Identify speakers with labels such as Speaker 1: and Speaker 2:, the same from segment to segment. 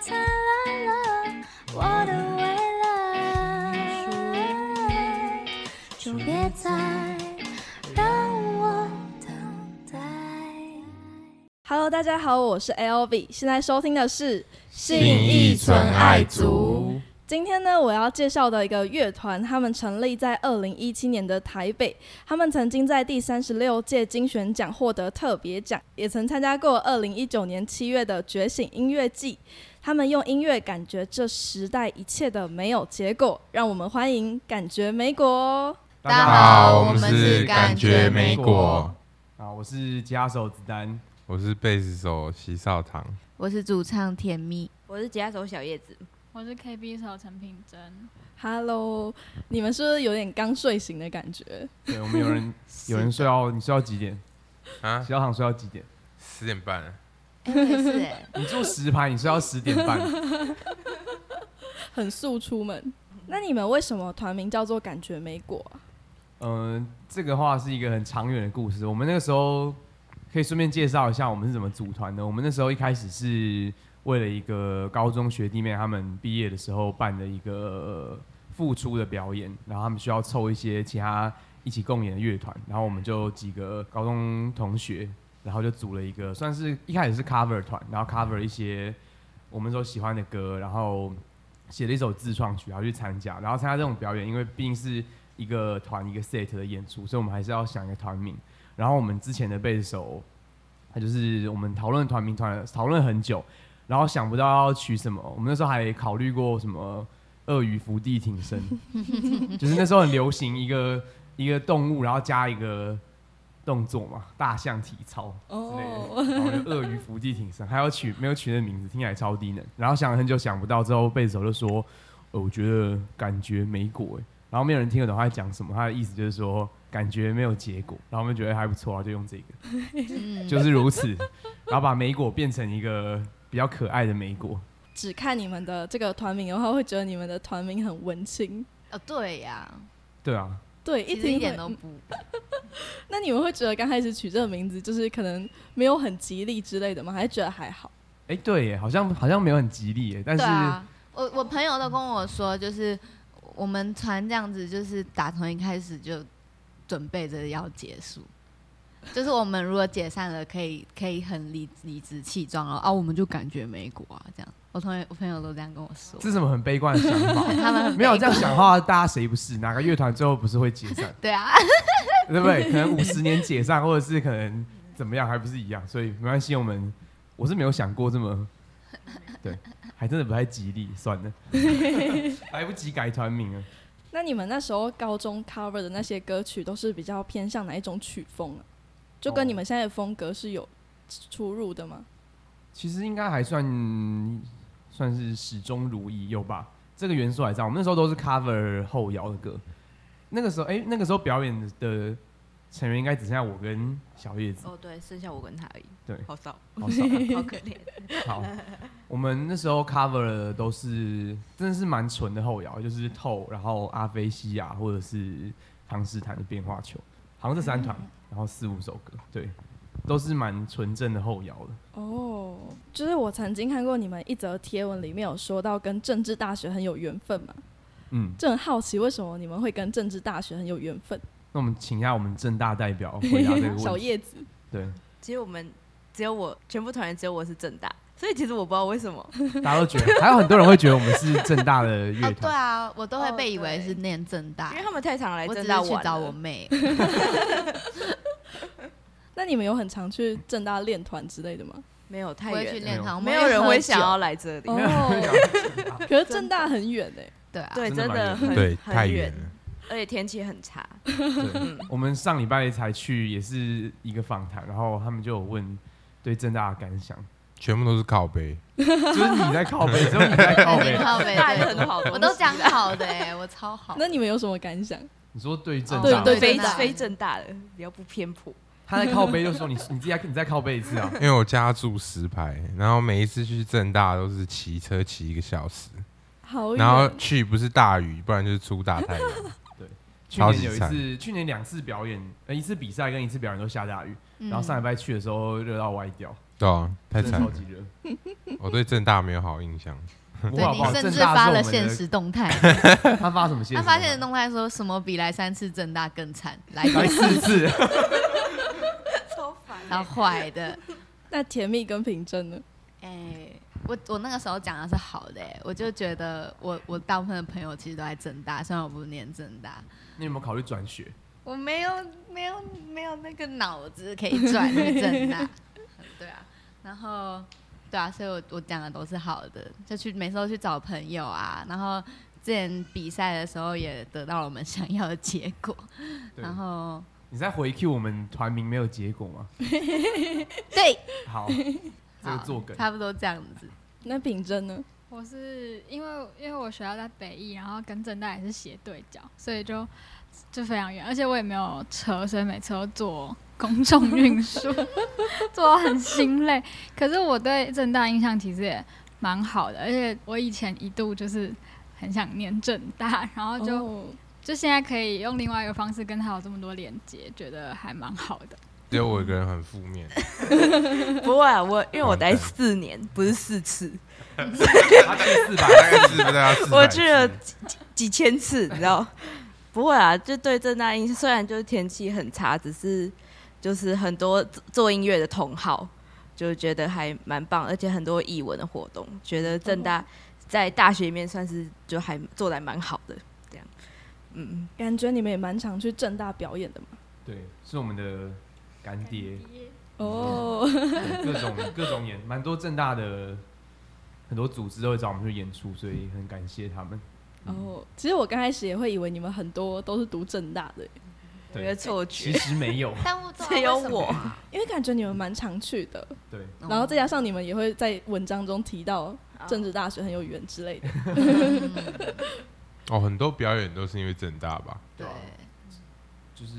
Speaker 1: 灿烂了，我的未来，就别再让我等待。
Speaker 2: Hello，大家好，我是 LV，现在收听的是信
Speaker 3: 义纯爱族。
Speaker 2: 今天呢，我要介绍的一个乐团，他们成立在二零一七年的台北，他们曾经在第三十六届金选奖获得特别奖，也曾参加过二零一九年七月的觉醒音乐季。他们用音乐感觉这时代一切的没有结果，让我们欢迎感觉美国。
Speaker 4: 大家好，我们是感觉美果，
Speaker 3: 啊，我是吉他手子丹，
Speaker 4: 我是贝斯手席少堂。
Speaker 5: 我是主唱甜蜜，
Speaker 6: 我是吉他手小叶子，
Speaker 7: 我是 KB 手陈品珍，
Speaker 2: Hello，你们是不是有点刚睡醒的感觉？
Speaker 3: 对我们有人有人睡到你睡到几点？
Speaker 4: 啊，
Speaker 3: 小躺睡到几点？
Speaker 4: 十点半啊了，
Speaker 5: 哎、我也是哎、
Speaker 3: 你做十排，你睡到十点半，
Speaker 2: 很速出门。
Speaker 5: 嗯
Speaker 2: 那你们为什么团名叫做感觉没果啊、
Speaker 3: 嗯，这个话是一个很长远的故事。我们那个时候可以顺便介绍一下我们是怎么组团的。我们那时候一开始是为了一个高中学弟妹他们毕业的时候办的一个付出的表演，然后他们需要凑一些其他一起共演的乐团，然后我们就几个高中同学，然后就组了一个算是一开始是 cover 团，然后 cover 一些我们所喜欢的歌，然后写了一首自创曲，然后去参加，然后参加这种表演，因为毕竟是。一个团一个 set 的演出，所以我们还是要想一个团名。然后我们之前的贝斯手，他就是我们讨论团名团讨论很久，然后想不到要取什么。我们那时候还考虑过什么鳄鱼伏地挺身，就是那时候很流行一个一个动物，然后加一个动作嘛，大象体操之类的。
Speaker 2: 哦
Speaker 3: 然后就鳄鱼伏地挺身，还要取没有取的名字，听起来超低能。然后想了很久想不到，之后贝斯手就说：“呃，我觉得感觉没果、欸。”然后没有人听得懂他在讲什么，他的意思就是说感觉没有结果。然后我们觉得还不错啊，就用这个，
Speaker 5: 嗯
Speaker 3: 就是如此。然后把梅果变成一个比较可爱的梅果，
Speaker 2: 只看你们的这个团名的话，会觉得你们的团名很文青。
Speaker 5: 哦，对呀，
Speaker 3: 对啊，
Speaker 2: 对，
Speaker 5: 其
Speaker 2: 一
Speaker 5: 实
Speaker 2: 听
Speaker 5: 一点
Speaker 2: 会
Speaker 5: 都
Speaker 6: 嗯
Speaker 5: 不，
Speaker 2: 那你们会觉得刚开始取这个名字，就是可能没有很吉利之类的吗？还是觉得还好？
Speaker 3: 哎，对耶，好像好像没有很吉利耶，但
Speaker 5: 对
Speaker 3: 是、
Speaker 5: 啊。我我朋友都跟我说，就是我们船这样子，就是打从一开始就准备着要结束，就是我们如果解散了，可以可以很理理直气壮了啊，我们就感觉美国啊这样。我同学我朋友都这样跟我说
Speaker 3: 这，是什么很悲观的想法？
Speaker 5: 他们很
Speaker 3: 没有
Speaker 5: 悲
Speaker 3: 这样想的话，大家谁不是？哪个乐团最后不是会解散？
Speaker 5: 对啊，
Speaker 3: 对不对？可能五十年解散，或者是可能怎么样，还不是一样，所以没关系。我们我是没有想过这么，对，还真的不太吉利，算了，来不及改团名了。
Speaker 2: 那你们那时候高中 cover 的那些歌曲，都是比较偏向哪一种曲风啊？就跟你们现在的风格是有出入的吗？
Speaker 3: 其实应该还算算是始终如一有吧，这个元素还在。我们那时候都是 cover 后摇的歌，那个时候哎、那个时候表演的成员应该只剩下我跟小叶子，
Speaker 6: 哦对，剩下我跟他而已，
Speaker 3: 对
Speaker 6: 好少，
Speaker 3: 好 少。
Speaker 6: 好可怜。
Speaker 5: 哦
Speaker 3: 好，我们那时候 cover 的都是真的是蛮纯的后摇，就是透，然后阿菲西亚或者是康斯坦的变化球，好像这三团，
Speaker 6: 嗯
Speaker 3: 然后四五首歌，对，都是蛮纯正的后摇的。
Speaker 2: 哦，就是我曾经看过你们一则贴文，里面有说到跟政治大学很有缘分嘛，
Speaker 3: 嗯，
Speaker 2: 就很好奇为什么你们会跟政治大学很有缘分？
Speaker 3: 那我们请一下我们正大代表回答这 个
Speaker 2: 小
Speaker 3: 问题。
Speaker 2: 叶子，
Speaker 3: 对，
Speaker 6: 其实我们只有我，全部团员只有我是正大，所以其实我不知道为什么。
Speaker 3: 大家都觉得，还有很多人会觉得我们是正大的
Speaker 5: 哦
Speaker 3: 乐
Speaker 5: 对
Speaker 3: 团。
Speaker 5: 啊，我都会
Speaker 6: 哦
Speaker 5: 被以为
Speaker 6: 对
Speaker 5: 是念正大
Speaker 6: 因为，他们太常来
Speaker 5: 我只
Speaker 6: 正
Speaker 5: 是
Speaker 6: 大
Speaker 5: 去
Speaker 6: 玩
Speaker 5: 找我
Speaker 6: 了，
Speaker 5: 妹，
Speaker 2: 那你们有很常去政大练团之类的吗？
Speaker 6: 没有太
Speaker 5: 不会去
Speaker 6: 远了，
Speaker 5: 练堂，我们
Speaker 6: 没有人
Speaker 5: 喝
Speaker 6: 会
Speaker 5: 酒
Speaker 6: 想要来这里。
Speaker 2: 哦
Speaker 6: 啊
Speaker 2: 可是政大很远哎、
Speaker 5: 对啊，
Speaker 6: 对，
Speaker 3: 真
Speaker 6: 真
Speaker 3: 的蛮
Speaker 6: 的很
Speaker 4: 对，太
Speaker 6: 很
Speaker 4: 远
Speaker 6: 远，
Speaker 4: 了。
Speaker 6: 而且天气很差。
Speaker 3: 对，
Speaker 6: 嗯，
Speaker 3: 我们上礼拜才去，也是一个访谈，然后他们就有问对正大的感 想，
Speaker 4: 全部都是靠背。
Speaker 3: 就是你在靠背，只有你在靠背
Speaker 5: 对，。靠北
Speaker 6: 大家
Speaker 5: 对
Speaker 6: 很好东西，
Speaker 5: 我都讲好的哎，我超好。
Speaker 2: 那你们有什么感想？
Speaker 3: 你说对于正
Speaker 2: 对
Speaker 3: 大吗，
Speaker 2: 对
Speaker 6: 非
Speaker 5: 正大
Speaker 6: 非正大的，比较不偏颇。
Speaker 3: 他在靠背就说你你自己你再靠背一次 啊，
Speaker 4: 因为我家住石牌，然后每一次去正大都是骑车骑一个小时，
Speaker 2: 好远，
Speaker 4: 然后去不是大雨，不然就是出大太阳。
Speaker 3: 去
Speaker 4: 超
Speaker 3: 年有一
Speaker 4: 级惨
Speaker 3: 次，去年两次表演，呃一次比赛跟一次表演都下大雨，
Speaker 5: 嗯
Speaker 3: 然后上礼拜去的时候热到歪掉，
Speaker 4: 对啊，太
Speaker 3: 真的
Speaker 4: 惨
Speaker 3: 超
Speaker 4: 了
Speaker 3: 级，热。
Speaker 4: 我对正大没有好印象。
Speaker 3: 不会
Speaker 5: 对
Speaker 3: 好不
Speaker 5: 你
Speaker 3: 好
Speaker 5: 甚至
Speaker 3: 正大是
Speaker 5: 发
Speaker 3: 我
Speaker 5: 了
Speaker 3: 们的
Speaker 5: 现实动态，
Speaker 3: 他发什么现
Speaker 5: 他
Speaker 3: 实？啊
Speaker 5: 发现的动态说什么比来三次正大更惨，来
Speaker 3: 来
Speaker 5: 一次
Speaker 3: 四次，
Speaker 6: 超烦
Speaker 5: 然后坏的。
Speaker 2: 那甜蜜跟平真呢？
Speaker 5: 哎、我我那个时候讲的是好的、哎，我就觉得我我大部分的朋友其实都在正大，虽然我不念正大，
Speaker 3: 你有没有考虑转学？
Speaker 5: 我没有没有没有那个脑子可以转去 正大，对啊，然后对啊，所以我我讲的都是好的，就去每次都去找朋友啊，然后之前比赛的时候也得到了我们想要的结果，
Speaker 3: 对
Speaker 5: 然后
Speaker 3: 你在回 Q 我们团名没有结果吗？
Speaker 5: 对，
Speaker 3: 好，这个
Speaker 5: 好
Speaker 3: 作梗。
Speaker 5: 差不多这样子，
Speaker 2: 那平真呢？
Speaker 7: 我是因为因为我学校在北艺，然后跟正大也是斜对角，所以就就非常远，而且我也没有车，所以每次都坐公众运输， 坐到很心累。可是我对正大印象其实也蛮好的，而且我以前一度就是很想念正大，然后就、
Speaker 2: 哦
Speaker 7: 就现在可以用另外一个方式跟他有这么多连接，觉得还蛮好的。
Speaker 4: 只有我一个人很负 面，
Speaker 6: 不会啊，我因为我待四年，不是四次，
Speaker 3: 他去四百
Speaker 4: 大，概是不是要四
Speaker 6: 我
Speaker 4: 百
Speaker 6: 去了
Speaker 4: 次
Speaker 6: 几几几千次，你知道？ 不会啊，就对正大音，虽然就是天气很差，只是就是很多做做音乐的同好就觉得还蛮棒，而且很多艺文的活动，觉得正大在大学里面算是就还做的还蛮好的，这样，嗯。
Speaker 2: 感觉你们也蛮常去正大表演的嘛？
Speaker 3: 对，是我们的干爹，嗯
Speaker 2: 哦，
Speaker 3: 对各种 各种演，蛮多正大的很多组织都会找我们去演出，所以很感谢他 们。
Speaker 2: 哦，其实我刚开始也会以为你们很多都是读正大的，欸
Speaker 6: 有个
Speaker 3: 对，
Speaker 6: 错
Speaker 3: 其
Speaker 6: 觉，
Speaker 3: 实没有，
Speaker 5: 但我
Speaker 6: 只有我，
Speaker 2: 因为感觉你们蛮常去的，
Speaker 3: 对，
Speaker 2: 然后再加上你们也会在文章中提到
Speaker 3: 啊
Speaker 2: 政治大学很有缘之类的。
Speaker 4: 哦，很多表演都是因为正大吧？
Speaker 5: 对
Speaker 3: 啊就是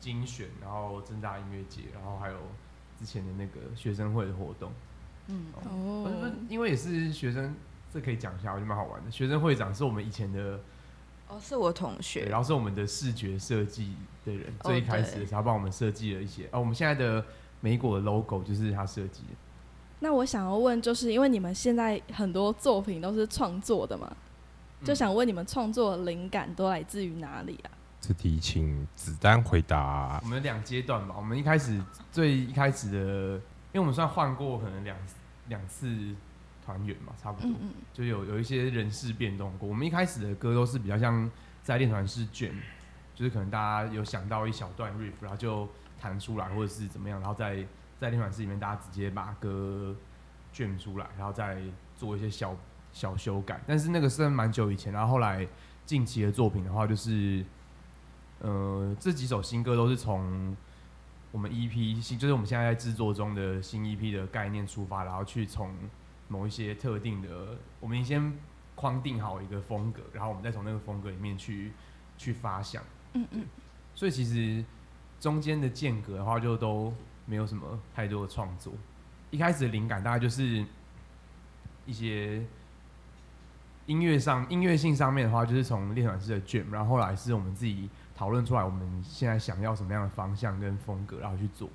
Speaker 3: 精选，然后正大音乐节，然后还有之前的那个学生会的活动。
Speaker 5: 嗯
Speaker 3: 不是不是
Speaker 2: 哦，
Speaker 3: 因为也是学生，这可以讲一下，我觉得蛮好玩的。学生会长是我们以前的，
Speaker 6: 哦，是我同
Speaker 3: 对
Speaker 6: 学，
Speaker 3: 然后是我们的视觉设计的人，
Speaker 6: 哦
Speaker 3: 最一开始
Speaker 6: 对
Speaker 3: 的时候他帮我们设计了一些，哦，我们现在的美国的 logo 就是他设计的。
Speaker 2: 那我想要问，就是因为你们现在很多作品都是创作的嘛，
Speaker 3: 嗯
Speaker 2: 就想问你们创作的灵感都来自于哪里啊？
Speaker 4: 这题请子丹回答
Speaker 3: 我。们有两阶段吧，我们一开始最一开始的，因为我们算换过可能两两次团员嘛，差不多，
Speaker 2: 嗯嗯，
Speaker 3: 就有有一些人事变动过。我们一开始的歌都是比较像在练团式卷，就是可能大家有想到一小段 riff，然后就弹出来，或者是怎么样，然后在在练团式里面大家直接把歌卷出来，然后再做一些小小修改。但是那个是蛮久以前，然后后来近期的作品的话，就是呃这几首新歌都是从。我们 EP 新就是我们现在在制作中的新 EP 的概念出发，然后去从某一些特定的，我们先框定好一个风格，然后我们再从那个风格里面去去发想。
Speaker 2: 嗯
Speaker 3: 嗯。所以其实中间的间隔的话，就都没有什么太多的创作。一开始的灵感大概就是一些音乐上音乐性上面的话，就是从练团式的卷，然后后来是我们自己讨论出来我们现在想要什么样的方向跟风格，然后去做。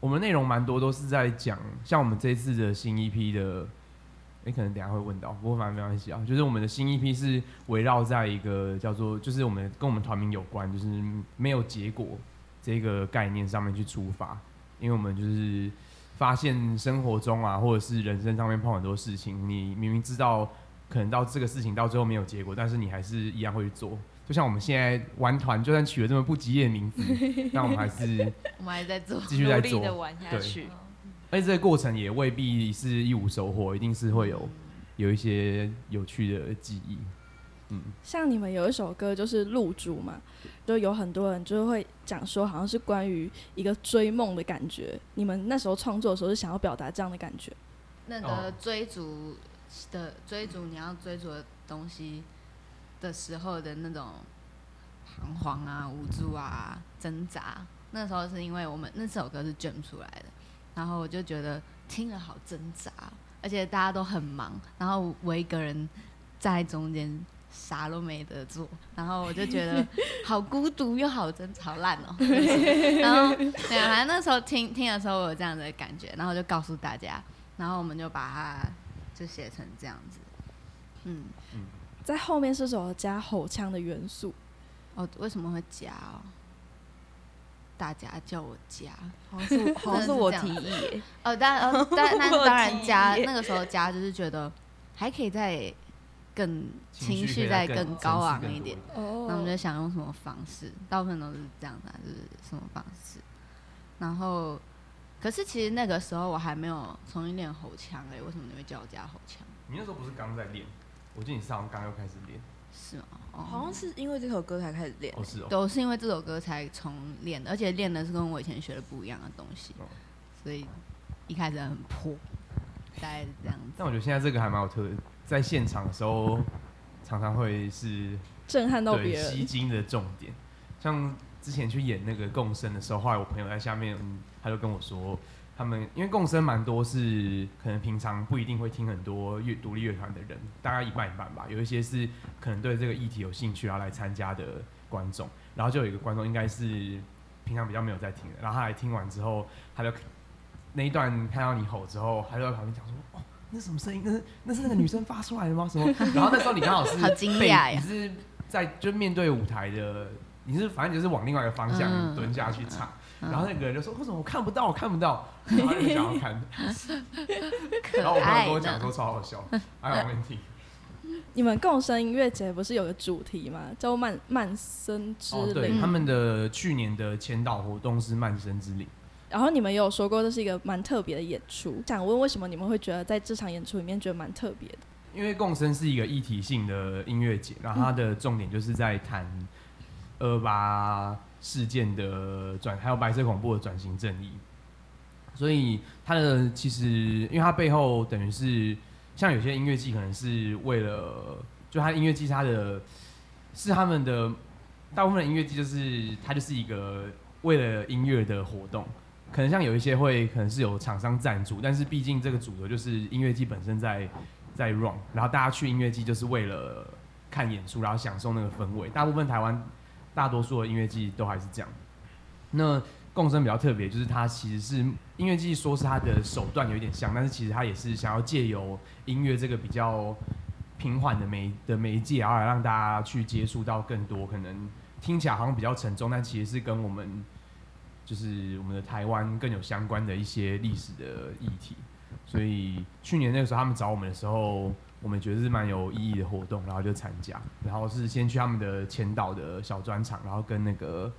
Speaker 3: 我们内容蛮多都是在讲，像我们这一次的新一批的，诶，可能等一下会问到，不过反正没关系啊。就是我们的新一批是围绕在一个叫做，就是我们跟我们团名有关，就是没有结果这个概念上面去出发，因为我们就是发现生活中啊，或者是人生上面碰很多事情，你明明知道可能到这个事情到最后没有结果，但是你还是一样会去做。就像我们现在玩团，就算取了这么不吉利的名字，但我们还是
Speaker 5: 我们还在做，
Speaker 3: 继续在
Speaker 6: 努
Speaker 3: 做
Speaker 6: 力。的玩下
Speaker 3: 对
Speaker 6: 去，
Speaker 3: 而且这个过程也未必是一无收获，一定是会有有一些有趣的记忆。嗯，
Speaker 2: 像你们有一首歌就是《露珠》嘛，就有很多人就会讲说，好像是关于一个追梦的感觉。你们那时候创作的时候是想要表达这样的感觉？
Speaker 5: 那个追逐的、追逐你要追逐的东西的时候的那种彷徨啊、无助啊、挣扎，那时候是因为我们那首歌是卷出来的，然后我就觉得听了好挣扎，而且大家都很忙，然后我一个人在中间啥都没得做，然后我就觉得好孤独又好争吵，烂哦。就是然后 对啊，反正那时候听听的时候我有这样的感觉，然后我就告诉大家，然后我们就把它就写成这样子。嗯，
Speaker 2: 在后面是首加吼腔的元素，
Speaker 5: 哦，为什么会加哦？大家叫我加，
Speaker 6: 好 像是我好像是我
Speaker 5: 真的
Speaker 6: 提
Speaker 5: 是
Speaker 6: 议耶，
Speaker 5: 哦，当然， 哦但那
Speaker 6: 我有
Speaker 5: 当然
Speaker 6: 记忆
Speaker 5: 加
Speaker 6: 耶
Speaker 5: 那个时候加就是觉得还可以再更情绪
Speaker 3: 再
Speaker 5: 再更高昂一点，。
Speaker 2: 哦
Speaker 5: 那我们就想用什么方式，大部分都是这样的啊、就是什么方式。然后，可是其实那个时候我还没有重新练吼腔哎、为什么你会叫我加吼腔？
Speaker 3: 你那时候不是刚在练？我记得你上刚又开始练，
Speaker 5: 是吗？哦，
Speaker 6: 好像是因为这首歌才开始练
Speaker 3: 哦。是哦，
Speaker 5: 都是因为这首歌才重练的，而且练的是跟我以前学的不一样的东西
Speaker 3: 哦，
Speaker 5: 所以一开始很破，大概是这样子。
Speaker 3: 但我觉得现在这个还蛮有特，在现场的时候常常会是
Speaker 2: 震撼到
Speaker 3: 对
Speaker 2: 别
Speaker 3: 吸
Speaker 2: 人，
Speaker 3: 睛的重点。像之前去演那个共生的时候，后来我朋友在下面，嗯，他就跟我说，他们因为共生蛮多是可能平常不一定会听很多乐独立乐团的人，大概一半一半吧。有一些是可能对这个议题有兴趣然后来参加的观众，然后就有一个观众应该是平常比较没有在听的，然后他来听完之后，他就那一段看到你吼之后，他就在旁边讲说。哦那是什么声音？那是那是那个女生发出来的吗？什么？然后那时候你刚好是
Speaker 5: 好惊
Speaker 3: 被
Speaker 5: 讶呀
Speaker 3: 你是在就面对舞台的，你是反正就是往另外一个方向
Speaker 5: 嗯
Speaker 3: 蹲下去唱，
Speaker 5: 嗯
Speaker 3: 然后那个人就说：“为什么我看不 到？我看不到。”然后就想要看，
Speaker 5: 嗯可
Speaker 3: 然后我朋友
Speaker 5: 爱
Speaker 3: 跟我
Speaker 5: 呢
Speaker 3: 讲说超好笑，还有问题。
Speaker 2: 你们共生音乐节不是有个主题吗？叫曼曼森之
Speaker 3: 哦，对，
Speaker 2: 灵，
Speaker 3: 他们的去年的前导活动是曼生之灵，
Speaker 2: 然后你们也有说过这是一个蛮特别的演出，想问为什么你们会觉得在这场演出里面觉得蛮特别的？
Speaker 3: 因为共生是一个一体性的音乐节，然后它的重点就是在谈二八事件的转，还有白色恐怖的转型正义。所以它的其实，因为它背后等于是像有些音乐季可能是为了，就它音乐季它的是他们的大部分的音乐季就是它就是一个为了音乐的活动。可能像有一些会，可能是有厂商赞助，但是毕竟这个主流就是音乐季本身在在 run，然后大家去音乐季就是为了看演出，然后享受那个氛围。大部分台湾大多数的音乐季都还是这样。那共生比较特别，就是它其实是音乐季，说是它的手段有点像，但是其实它也是想要借由音乐这个比较平缓的媒的媒介，然后来让大家去接触到更多可能听起来好像比较沉重，但其实是跟我们就是我们的台湾更有相关的一些历史的议题。所以去年那个时候他们找我们的时候，我们觉得是蛮有意义的活动，然后就参加。然后是先去他们的前导的小专场，然后跟那个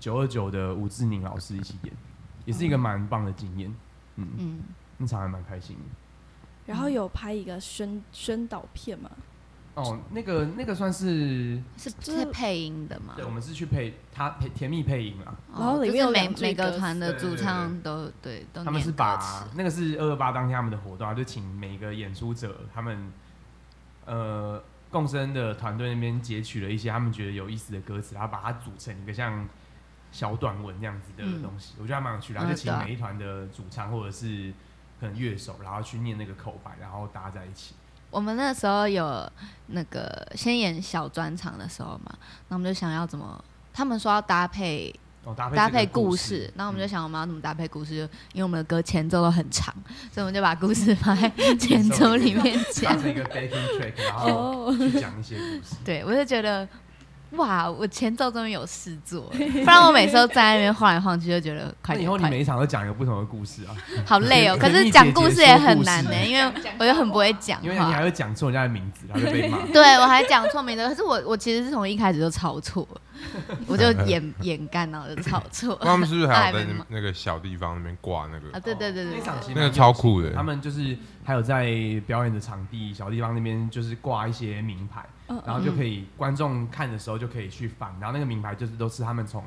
Speaker 3: 九二九的吴志宁老师一起演，也是一个蛮棒的经验。嗯，
Speaker 5: 嗯，
Speaker 3: 那场还蛮开心的。
Speaker 2: 然后有拍一个宣宣导片嘛？
Speaker 3: 哦，那个那个算是，
Speaker 5: 是
Speaker 2: 就是
Speaker 5: 是配音的吗？
Speaker 3: 对，我们是去配他配甜蜜配音啦。
Speaker 5: 哦
Speaker 2: 然后里面
Speaker 5: 就是
Speaker 2: 有
Speaker 5: 每
Speaker 2: 两句
Speaker 5: 每
Speaker 2: 歌
Speaker 5: 个
Speaker 2: 词
Speaker 5: 团的
Speaker 3: 对
Speaker 5: 主
Speaker 3: 对对
Speaker 5: 唱都对都
Speaker 3: 他们
Speaker 5: 念
Speaker 3: 是
Speaker 5: 歌
Speaker 3: 把
Speaker 5: 词
Speaker 3: 那个是二二八当天他们的活动啊，就请每个演出者他们呃共生的团队那边截取了一些他们觉得有意思的歌词，然后把它组成一个像小短文那样子的
Speaker 5: 嗯
Speaker 3: 东西，我觉得还蛮有趣的。然后
Speaker 5: 嗯
Speaker 3: 就请
Speaker 5: 对啊
Speaker 3: 每一团的主唱或者是可能乐手，然后去念那个口白，然后搭在一起。
Speaker 5: 我们那时候有那个先演小专场的时候嘛，那我们就想要怎么，他们说要搭配
Speaker 3: 哦，搭配
Speaker 5: 搭
Speaker 3: 搭
Speaker 5: 配
Speaker 3: 故
Speaker 5: 故事，那我们就
Speaker 3: 嗯
Speaker 5: 想我们要怎么搭配故事，就因为我们的歌前奏都很长，所以我们就把故事 放在前奏里面
Speaker 3: 搭
Speaker 5: 讲。哦
Speaker 3: 成一个 backing track，然 后去讲一些故事。
Speaker 5: 对，我就觉得。哇！我前奏终于有事做 了，不然我每次都站在那边晃来晃去，就觉得
Speaker 3: 那
Speaker 5: 快
Speaker 3: 以
Speaker 5: 点
Speaker 3: 后你
Speaker 5: 快
Speaker 3: 每一场都讲一个不同的故事 啊，
Speaker 5: 点好累哦。
Speaker 3: 你
Speaker 5: 可
Speaker 3: 你
Speaker 5: 是
Speaker 3: 姐
Speaker 5: 讲
Speaker 3: 姐
Speaker 5: 故事
Speaker 3: 说
Speaker 5: 也
Speaker 3: 故
Speaker 5: 很
Speaker 3: 事
Speaker 5: 难呢、因为我又很不会讲
Speaker 3: 因为你
Speaker 5: 话
Speaker 3: 还。会讲错人家的名字，然后就 被骂。
Speaker 5: 对我还讲错名字，可是我我其实是从一开始就抄错，我就掩掩盖，然后就抄错。
Speaker 4: 那他们是不是还有在
Speaker 5: 爱美
Speaker 4: 那
Speaker 5: 吗
Speaker 4: 那个小地方那边挂那个？
Speaker 5: 啊，对对对对
Speaker 3: 那场
Speaker 5: 对，
Speaker 3: 其实
Speaker 4: 那个超酷的
Speaker 3: 他们就是还有在表演的场地小地方那边，就是挂一些名牌，
Speaker 2: 嗯嗯
Speaker 3: 然后就可以观众看的时候就可以去翻，然后那个名牌就是都是他们从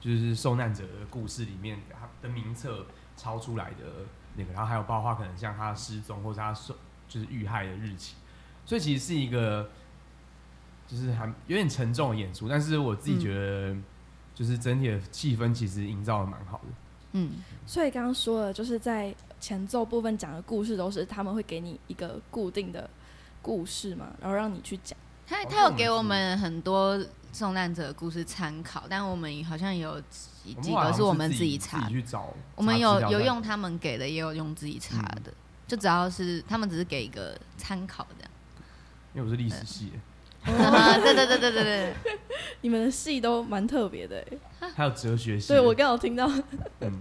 Speaker 3: 就是受难者的故事里面他的名册抄出来的那个，然后还有包括可能像他失踪或者他受就是遇害的日期，所以其实是一个就是还有点沉重的演出，但是我自己觉得就是整体的气氛其实营造的蛮好的。
Speaker 5: 嗯，
Speaker 2: 所以刚刚说了，就是在前奏部分讲的故事都是他们会给你一个固定的故事嘛，然后让你去讲。
Speaker 5: 他
Speaker 3: 好
Speaker 5: 他有
Speaker 3: 像
Speaker 5: 给
Speaker 3: 蛮
Speaker 5: 我
Speaker 3: 酷的
Speaker 5: 们很多受难者的故事参考，但我们好像有几
Speaker 3: 我们
Speaker 5: 几
Speaker 3: 后来
Speaker 5: 个
Speaker 3: 好
Speaker 5: 是
Speaker 3: 像
Speaker 5: 我们
Speaker 3: 自
Speaker 5: 自己
Speaker 3: 自
Speaker 5: 查
Speaker 3: 己去找，
Speaker 5: 我们
Speaker 3: 查
Speaker 5: 有
Speaker 3: 资料嗯
Speaker 5: 有
Speaker 3: 在
Speaker 5: 用他们给的，也有用自己查的，就只要是他们只是给一个参考这样。
Speaker 3: 因为我是历史系的，
Speaker 6: 哦
Speaker 5: 对对对对对 对，
Speaker 2: 你们的戏都蛮特别的欸，
Speaker 3: 还有哲学系的。
Speaker 2: 对我刚好听到，
Speaker 3: 嗯，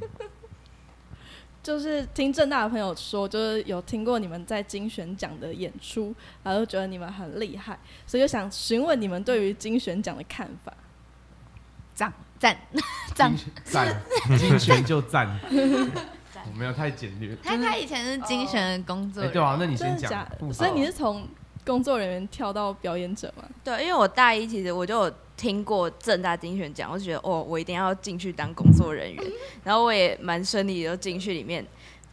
Speaker 2: 就是听正大的朋友说，就是有听过你们在金选奖的演出，然后就觉得你们很厉害，所以就想询问你们对于金选奖的看法。
Speaker 5: 赞赞赞。
Speaker 3: 金赞， 金泉就赞。我没有太简略。
Speaker 5: 他他以前是
Speaker 6: 哦
Speaker 5: 精选的工作
Speaker 3: 哎，
Speaker 5: 人
Speaker 3: 对啊，那你
Speaker 2: 真
Speaker 3: 先
Speaker 2: 的假
Speaker 3: 讲
Speaker 2: 的？
Speaker 3: 故事。
Speaker 2: 所以你是从工作人员跳到表演者吗？
Speaker 6: 对，因为我大一其实我就有听过正大精选奖，我就觉得哦，我一定要进去当工作人员，然后我也蛮顺利的就进去里面，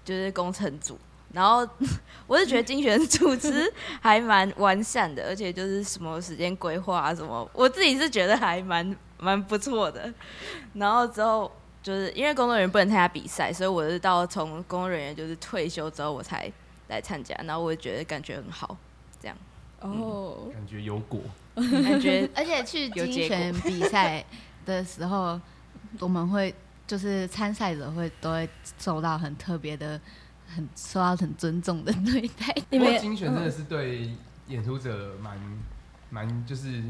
Speaker 6: 就是工程组。然后 我是觉得精选组织还蛮完善的，而且就是什么时间规划啊什么，我自己是觉得还蛮蛮不错的。然后之后就是因为工作人员不能参加比赛，所以我是到从工作人员就是退休之后我才来参加，然后我觉得感觉很好，
Speaker 3: 嗯
Speaker 2: 哦、
Speaker 3: 感觉有果，
Speaker 6: 感觉
Speaker 5: 而且去
Speaker 6: 有
Speaker 5: 精
Speaker 6: 结果
Speaker 5: 选比赛的时候，我们会就是参赛者会都会受到很特别的、很受到很尊重的对待。
Speaker 2: 你们
Speaker 3: 不过
Speaker 2: 也嗯
Speaker 3: 精
Speaker 5: 嗯
Speaker 3: 选真的是对演出者蛮蛮就是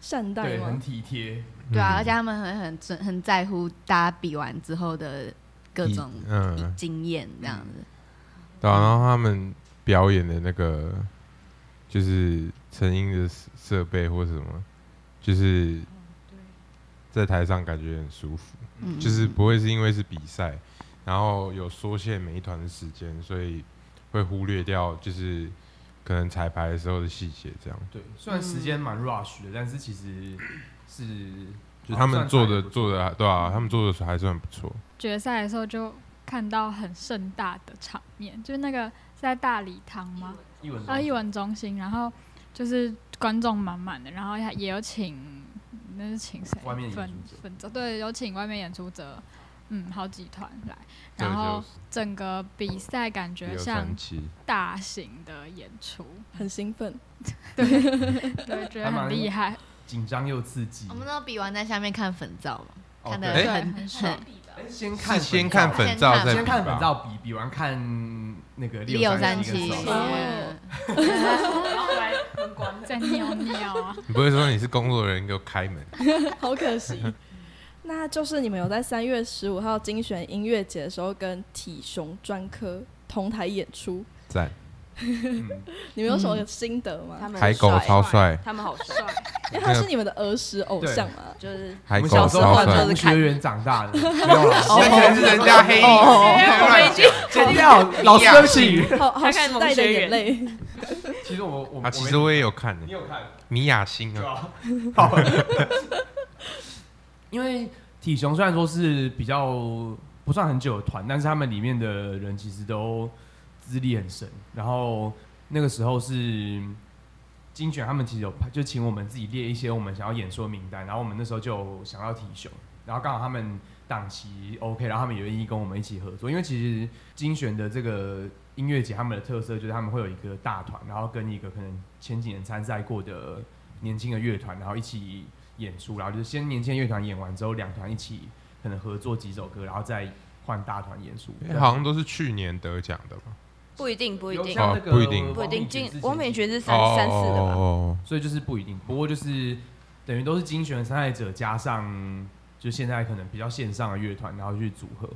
Speaker 2: 善待
Speaker 3: 对
Speaker 2: 吗
Speaker 3: 很？体贴，
Speaker 5: 对
Speaker 4: 嗯
Speaker 5: 啊，而且他们很很尊很在乎大家比完之后的各种
Speaker 4: 嗯，
Speaker 5: 经验这样子。
Speaker 4: 对啊，然后他们表演的那个就是成音的设设备或什么，就是在台上感觉很舒服，
Speaker 5: 嗯，
Speaker 4: 就是不会是因为是比赛，然后有缩限每一团的时间，所以会忽略掉就是可能彩排的时候的细节，这样
Speaker 3: 对，虽然时间
Speaker 2: 嗯
Speaker 3: 蛮 rush 的，但是其实是
Speaker 4: 就他们做的
Speaker 3: 哦好像算还不错
Speaker 4: 做的对啊，他们做的还算不错，
Speaker 7: 决赛的时候就看到很盛大的场面，就是那个是在大礼堂吗？
Speaker 3: 一文
Speaker 7: 啊，
Speaker 3: 中
Speaker 7: 艺文中心，然后就是观众满满的，然后也有请，那是请谁？
Speaker 3: 外面演
Speaker 7: 粉
Speaker 3: 出者
Speaker 7: 粉者对，有请外面演出者，嗯，好几团来，
Speaker 4: 对，
Speaker 7: 然后
Speaker 4: 就
Speaker 7: 整个比赛感
Speaker 4: 是
Speaker 7: 觉
Speaker 4: 有
Speaker 7: 像
Speaker 4: 三期，
Speaker 7: 大型的演出，
Speaker 2: 很兴奋，
Speaker 7: 对，觉得
Speaker 3: 还蛮
Speaker 7: 很厉害，
Speaker 3: 紧张又刺激
Speaker 5: 我。们都比完在下面看粉照嘛，
Speaker 3: 哦
Speaker 5: 看的
Speaker 3: 对
Speaker 7: 对，
Speaker 5: 很
Speaker 7: 很爽。
Speaker 3: 哎先
Speaker 4: 是
Speaker 3: 看
Speaker 4: 先看
Speaker 3: 照
Speaker 4: 粉照再
Speaker 3: 先看
Speaker 4: 比吧
Speaker 3: 粉照比比完看那个
Speaker 5: 六
Speaker 3: 三
Speaker 5: 三七
Speaker 3: 跟，
Speaker 2: 哦
Speaker 3: 照
Speaker 5: 嗯
Speaker 7: 在尿尿啊，
Speaker 4: 你不会说你是工作人员给我开门，
Speaker 2: 好可惜。 那就是你们有在三月十五号精选音乐节的时候跟体雄专科同台演出，
Speaker 4: 赞，
Speaker 3: 嗯
Speaker 2: 你们有什么心得吗？
Speaker 6: 他们
Speaker 4: 海狗超帅，
Speaker 6: 他们好帅，
Speaker 2: 因为他是你们的儿时偶像嘛，
Speaker 6: 就是
Speaker 4: 海
Speaker 3: 我
Speaker 4: 狗
Speaker 3: 们小时候
Speaker 4: 超
Speaker 3: 看
Speaker 6: 就
Speaker 4: 帅
Speaker 6: 是。
Speaker 3: 同学园长大的， 没有啦
Speaker 5: 哦
Speaker 4: 那可能是人家黑影，
Speaker 3: 剪掉，老师对不起。
Speaker 2: 好好
Speaker 6: 他看
Speaker 2: 时代的
Speaker 6: 同学
Speaker 2: 眼泪。
Speaker 3: 其实我我
Speaker 4: 啊，其实我也有看
Speaker 3: 你
Speaker 4: 的，
Speaker 3: 有看
Speaker 4: 米雅星
Speaker 3: 对
Speaker 4: 啊，
Speaker 3: 吧？因为体雄虽然说是比较不算很久的团，但是他们里面的人其实都资历很深。然后那个时候是精选，他们其实有派就请我们自己列一些我们想要演说名单，然后我们那时候就想要体雄，然后刚好他们档期 OK，然后他们也愿意跟我们一起合作，因为其实精选的这个音乐节，他们的特色就是他们会有一个大团，然后跟一个可能前几年参赛过的年轻的乐团，然后一起演出，然后就是先年轻的乐团演完之后，两团一起可能合作几首歌，然后再换大团演出。
Speaker 4: 哎好像都是去年得奖的吧？
Speaker 6: 不一定，不一
Speaker 3: 有
Speaker 6: 定，
Speaker 3: 像那个
Speaker 4: 哦不一定
Speaker 6: 不一定。
Speaker 3: 王品
Speaker 6: 进
Speaker 3: 之前
Speaker 6: 王敏群是三
Speaker 4: 哦
Speaker 6: 三四的吧？
Speaker 4: 哦
Speaker 3: 所以就是不一定。不过就是等于都是精选参赛者加上就现在可能比较线上的乐团，然后去组合，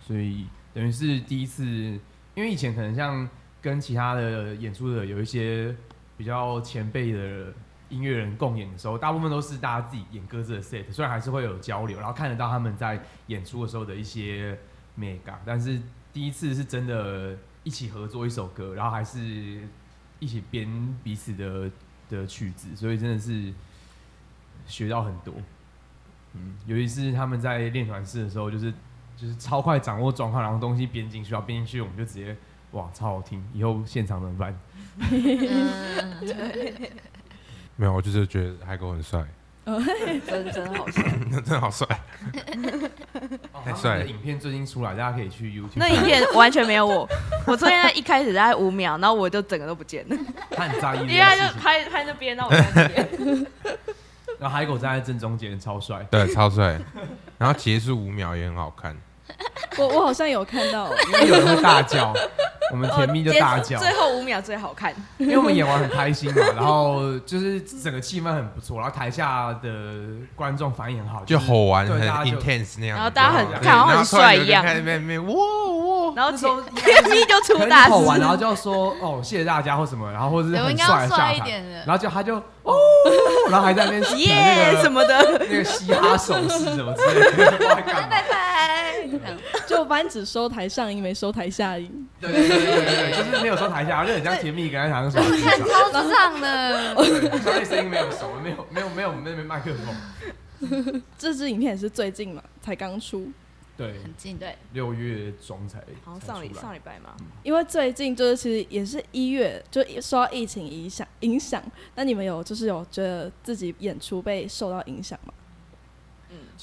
Speaker 3: 所以等于是第一次，因为以前可能像跟其他的演出者有一些比较前辈的。音乐人共演的时候，大部分都是大家自己演各自的 set，虽然还是会有交流，然后看得到他们在演出的时候的一些美感，但是第一次是真的一起合作一首歌，然后还是一起编彼此的的曲子，所以真的是学到很多。嗯，尤其是他们在练团式的时候，就是就是超快掌握状况，然后东西编进去，然后编进去我们就直接哇，超好听！以后现场怎么办？
Speaker 5: 嗯嗯嗯
Speaker 4: 没有，我就是觉得海狗很帅，
Speaker 6: 真真好笑。
Speaker 4: 真的好帅，
Speaker 3: 哦
Speaker 4: 太帅了
Speaker 3: 他们的影片最近出来，大家可以去 YouTube。
Speaker 6: 那影片完全没有 我，我昨天在一开始大概五秒，然后我就整个都不见了，
Speaker 3: 他很在意这
Speaker 6: 因为他
Speaker 3: 件
Speaker 6: 就
Speaker 3: 事情。
Speaker 6: 拍拍那边，然后我在这边。
Speaker 3: 然后海狗站在正中间，超帅。
Speaker 4: 对，超帅。然后结束五秒也很好看，
Speaker 2: 我我好像有看到，
Speaker 3: 因为有人会大叫，我们甜 蜜就大
Speaker 6: 哦结
Speaker 3: 叫
Speaker 6: 束，最后五秒最好看。
Speaker 3: 因为我们演完很开心嘛，然后就是整个气氛很不错，然后台下的观众反应很好，
Speaker 4: 就吼完很
Speaker 3: 对大家就
Speaker 4: intense 那样子，
Speaker 6: 然后大家很
Speaker 4: 对
Speaker 6: 看好
Speaker 4: 然后
Speaker 6: 像很
Speaker 4: 突然
Speaker 6: 帅
Speaker 4: 有
Speaker 6: 一
Speaker 4: 个人
Speaker 6: 样
Speaker 4: 看那边那边哇哇，
Speaker 6: 然后
Speaker 3: 那时候
Speaker 6: 甜蜜 就出
Speaker 3: 可能
Speaker 6: 大
Speaker 3: 你吼完，然后
Speaker 6: 事，
Speaker 3: 就要说哦谢谢大家或什么，然后或者是
Speaker 5: 对我
Speaker 3: 很
Speaker 5: 应该
Speaker 3: 帅
Speaker 5: 要
Speaker 3: 的下
Speaker 5: 帅一
Speaker 3: 台，
Speaker 5: 点的
Speaker 3: 然。后就他就哦，然后还在那边比那
Speaker 6: 耶
Speaker 3: 个
Speaker 6: 什么的，
Speaker 3: 那个嘻哈手势什么之类的， 不知道在干嘛。
Speaker 5: 拜拜。这样
Speaker 2: 就班只收台上音，没收台下音。
Speaker 3: 对对对对对，就是没有说台下，就很像甜蜜跟在台上说，
Speaker 5: 看超上的，
Speaker 3: 对相对声音没有熟，没有没有没有没有麦克风，
Speaker 2: 这支影片也是最近嘛，才刚出。
Speaker 3: 对，
Speaker 5: 很近对，
Speaker 3: 六月中才
Speaker 6: 好像上
Speaker 3: 才
Speaker 6: 礼
Speaker 3: 出来
Speaker 6: 上礼拜嘛，
Speaker 2: 因为最近就是其实也是一月，就受到疫情影响影响。那你们有就是有觉得自己演出被受到影响吗？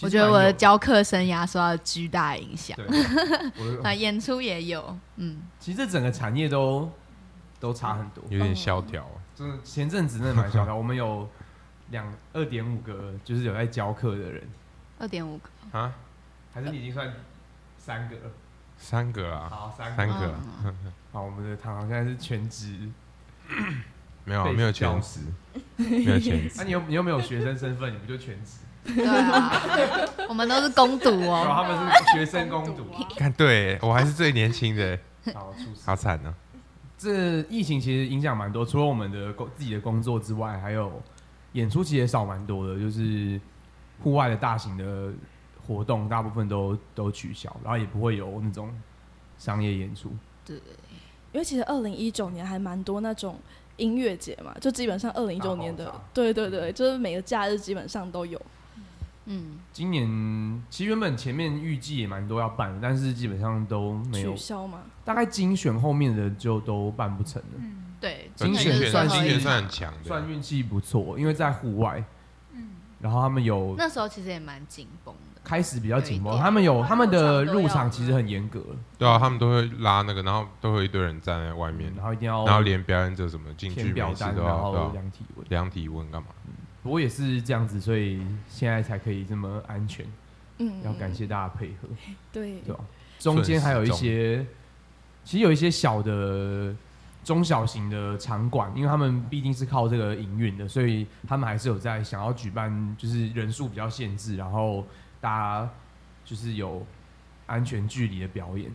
Speaker 5: 我觉得我的
Speaker 3: 教
Speaker 5: 教课生涯受到巨大影响，
Speaker 3: 对，
Speaker 5: 啊，
Speaker 3: 我
Speaker 5: 演出也有，嗯，
Speaker 3: 其实这整个产业都都差很多，
Speaker 4: 有点萧条。
Speaker 3: 真的前阵子真的蛮萧条。我们有两二点五个就是有在教课的人，
Speaker 5: 二点五个，
Speaker 4: 啊，
Speaker 3: 还是你已经算三个了？
Speaker 4: 三个啊，
Speaker 3: 好，三
Speaker 4: 三
Speaker 3: 个。
Speaker 4: 个啊，
Speaker 5: 嗯
Speaker 3: 好，我们的唐唐现在是全职，
Speaker 4: 没有
Speaker 3: 被
Speaker 4: 啊没有全职，没有 全
Speaker 3: 那、
Speaker 4: 职，
Speaker 3: 你又你又没有学生身份，你不就全 职？
Speaker 5: 对啊，我们都是攻读
Speaker 3: 然
Speaker 5: 哦，
Speaker 3: 后他们是学生攻 读。啊
Speaker 4: 看对我还是最年轻的，
Speaker 3: 好，出事。
Speaker 4: 好惨啊！
Speaker 3: 这疫情其实影响蛮多，除了我们的工自己的工作之外，还有演出其实也少蛮多的，就是户外的大型的活动大部分都都取消，然后也不会有那种商业演出。
Speaker 5: 对，
Speaker 2: 因为其实二零一九年还蛮多那种音乐节嘛，就基本上二零一九年的
Speaker 3: 大爆炸，
Speaker 2: 对对对，
Speaker 3: 嗯
Speaker 2: 就是每个假日基本上都有。
Speaker 5: 嗯，
Speaker 3: 今年其实原本前面预计也蛮多要办的，但是基本上都没有
Speaker 2: 取，消嘛，
Speaker 3: 大概精选后面的就都办不成了，
Speaker 7: 嗯
Speaker 5: 对，
Speaker 4: 呃
Speaker 5: 真的
Speaker 3: 精选
Speaker 5: 就是
Speaker 3: 算
Speaker 5: 最
Speaker 4: 精
Speaker 5: 后一
Speaker 4: 选
Speaker 5: 场
Speaker 4: 算很强的，
Speaker 3: 算运气不错，因为在户外，
Speaker 7: 嗯，
Speaker 3: 然后他们有
Speaker 5: 那时候其实也蛮紧绷的，
Speaker 3: 开始比较紧
Speaker 5: 有一
Speaker 3: 绷，
Speaker 5: 点
Speaker 3: 他们有他们的
Speaker 5: 入
Speaker 3: 入
Speaker 5: 场都要
Speaker 3: 场其实很严格，
Speaker 4: 对啊，他们都会拉那个，然后都会有一堆人站在外面
Speaker 3: 嗯，然后一定要
Speaker 4: 然后连表演者什么进去
Speaker 3: 填表
Speaker 4: 每次
Speaker 3: 单，
Speaker 4: 都
Speaker 3: 然
Speaker 4: 要都
Speaker 3: 后
Speaker 4: 要
Speaker 3: 量体温。
Speaker 4: 量体温干嘛？
Speaker 3: 不过也是这样子，所以现在才可以这么安全，
Speaker 2: 嗯，
Speaker 3: 要感谢大家配合，
Speaker 2: 对
Speaker 3: 对吧？中间还有一些，其实有一些小的中小型的场馆，因为他们毕竟是靠这个营运的，所以他们还是有在想要举办，就是人数比较限制，然后大家就是有安全距离的表演。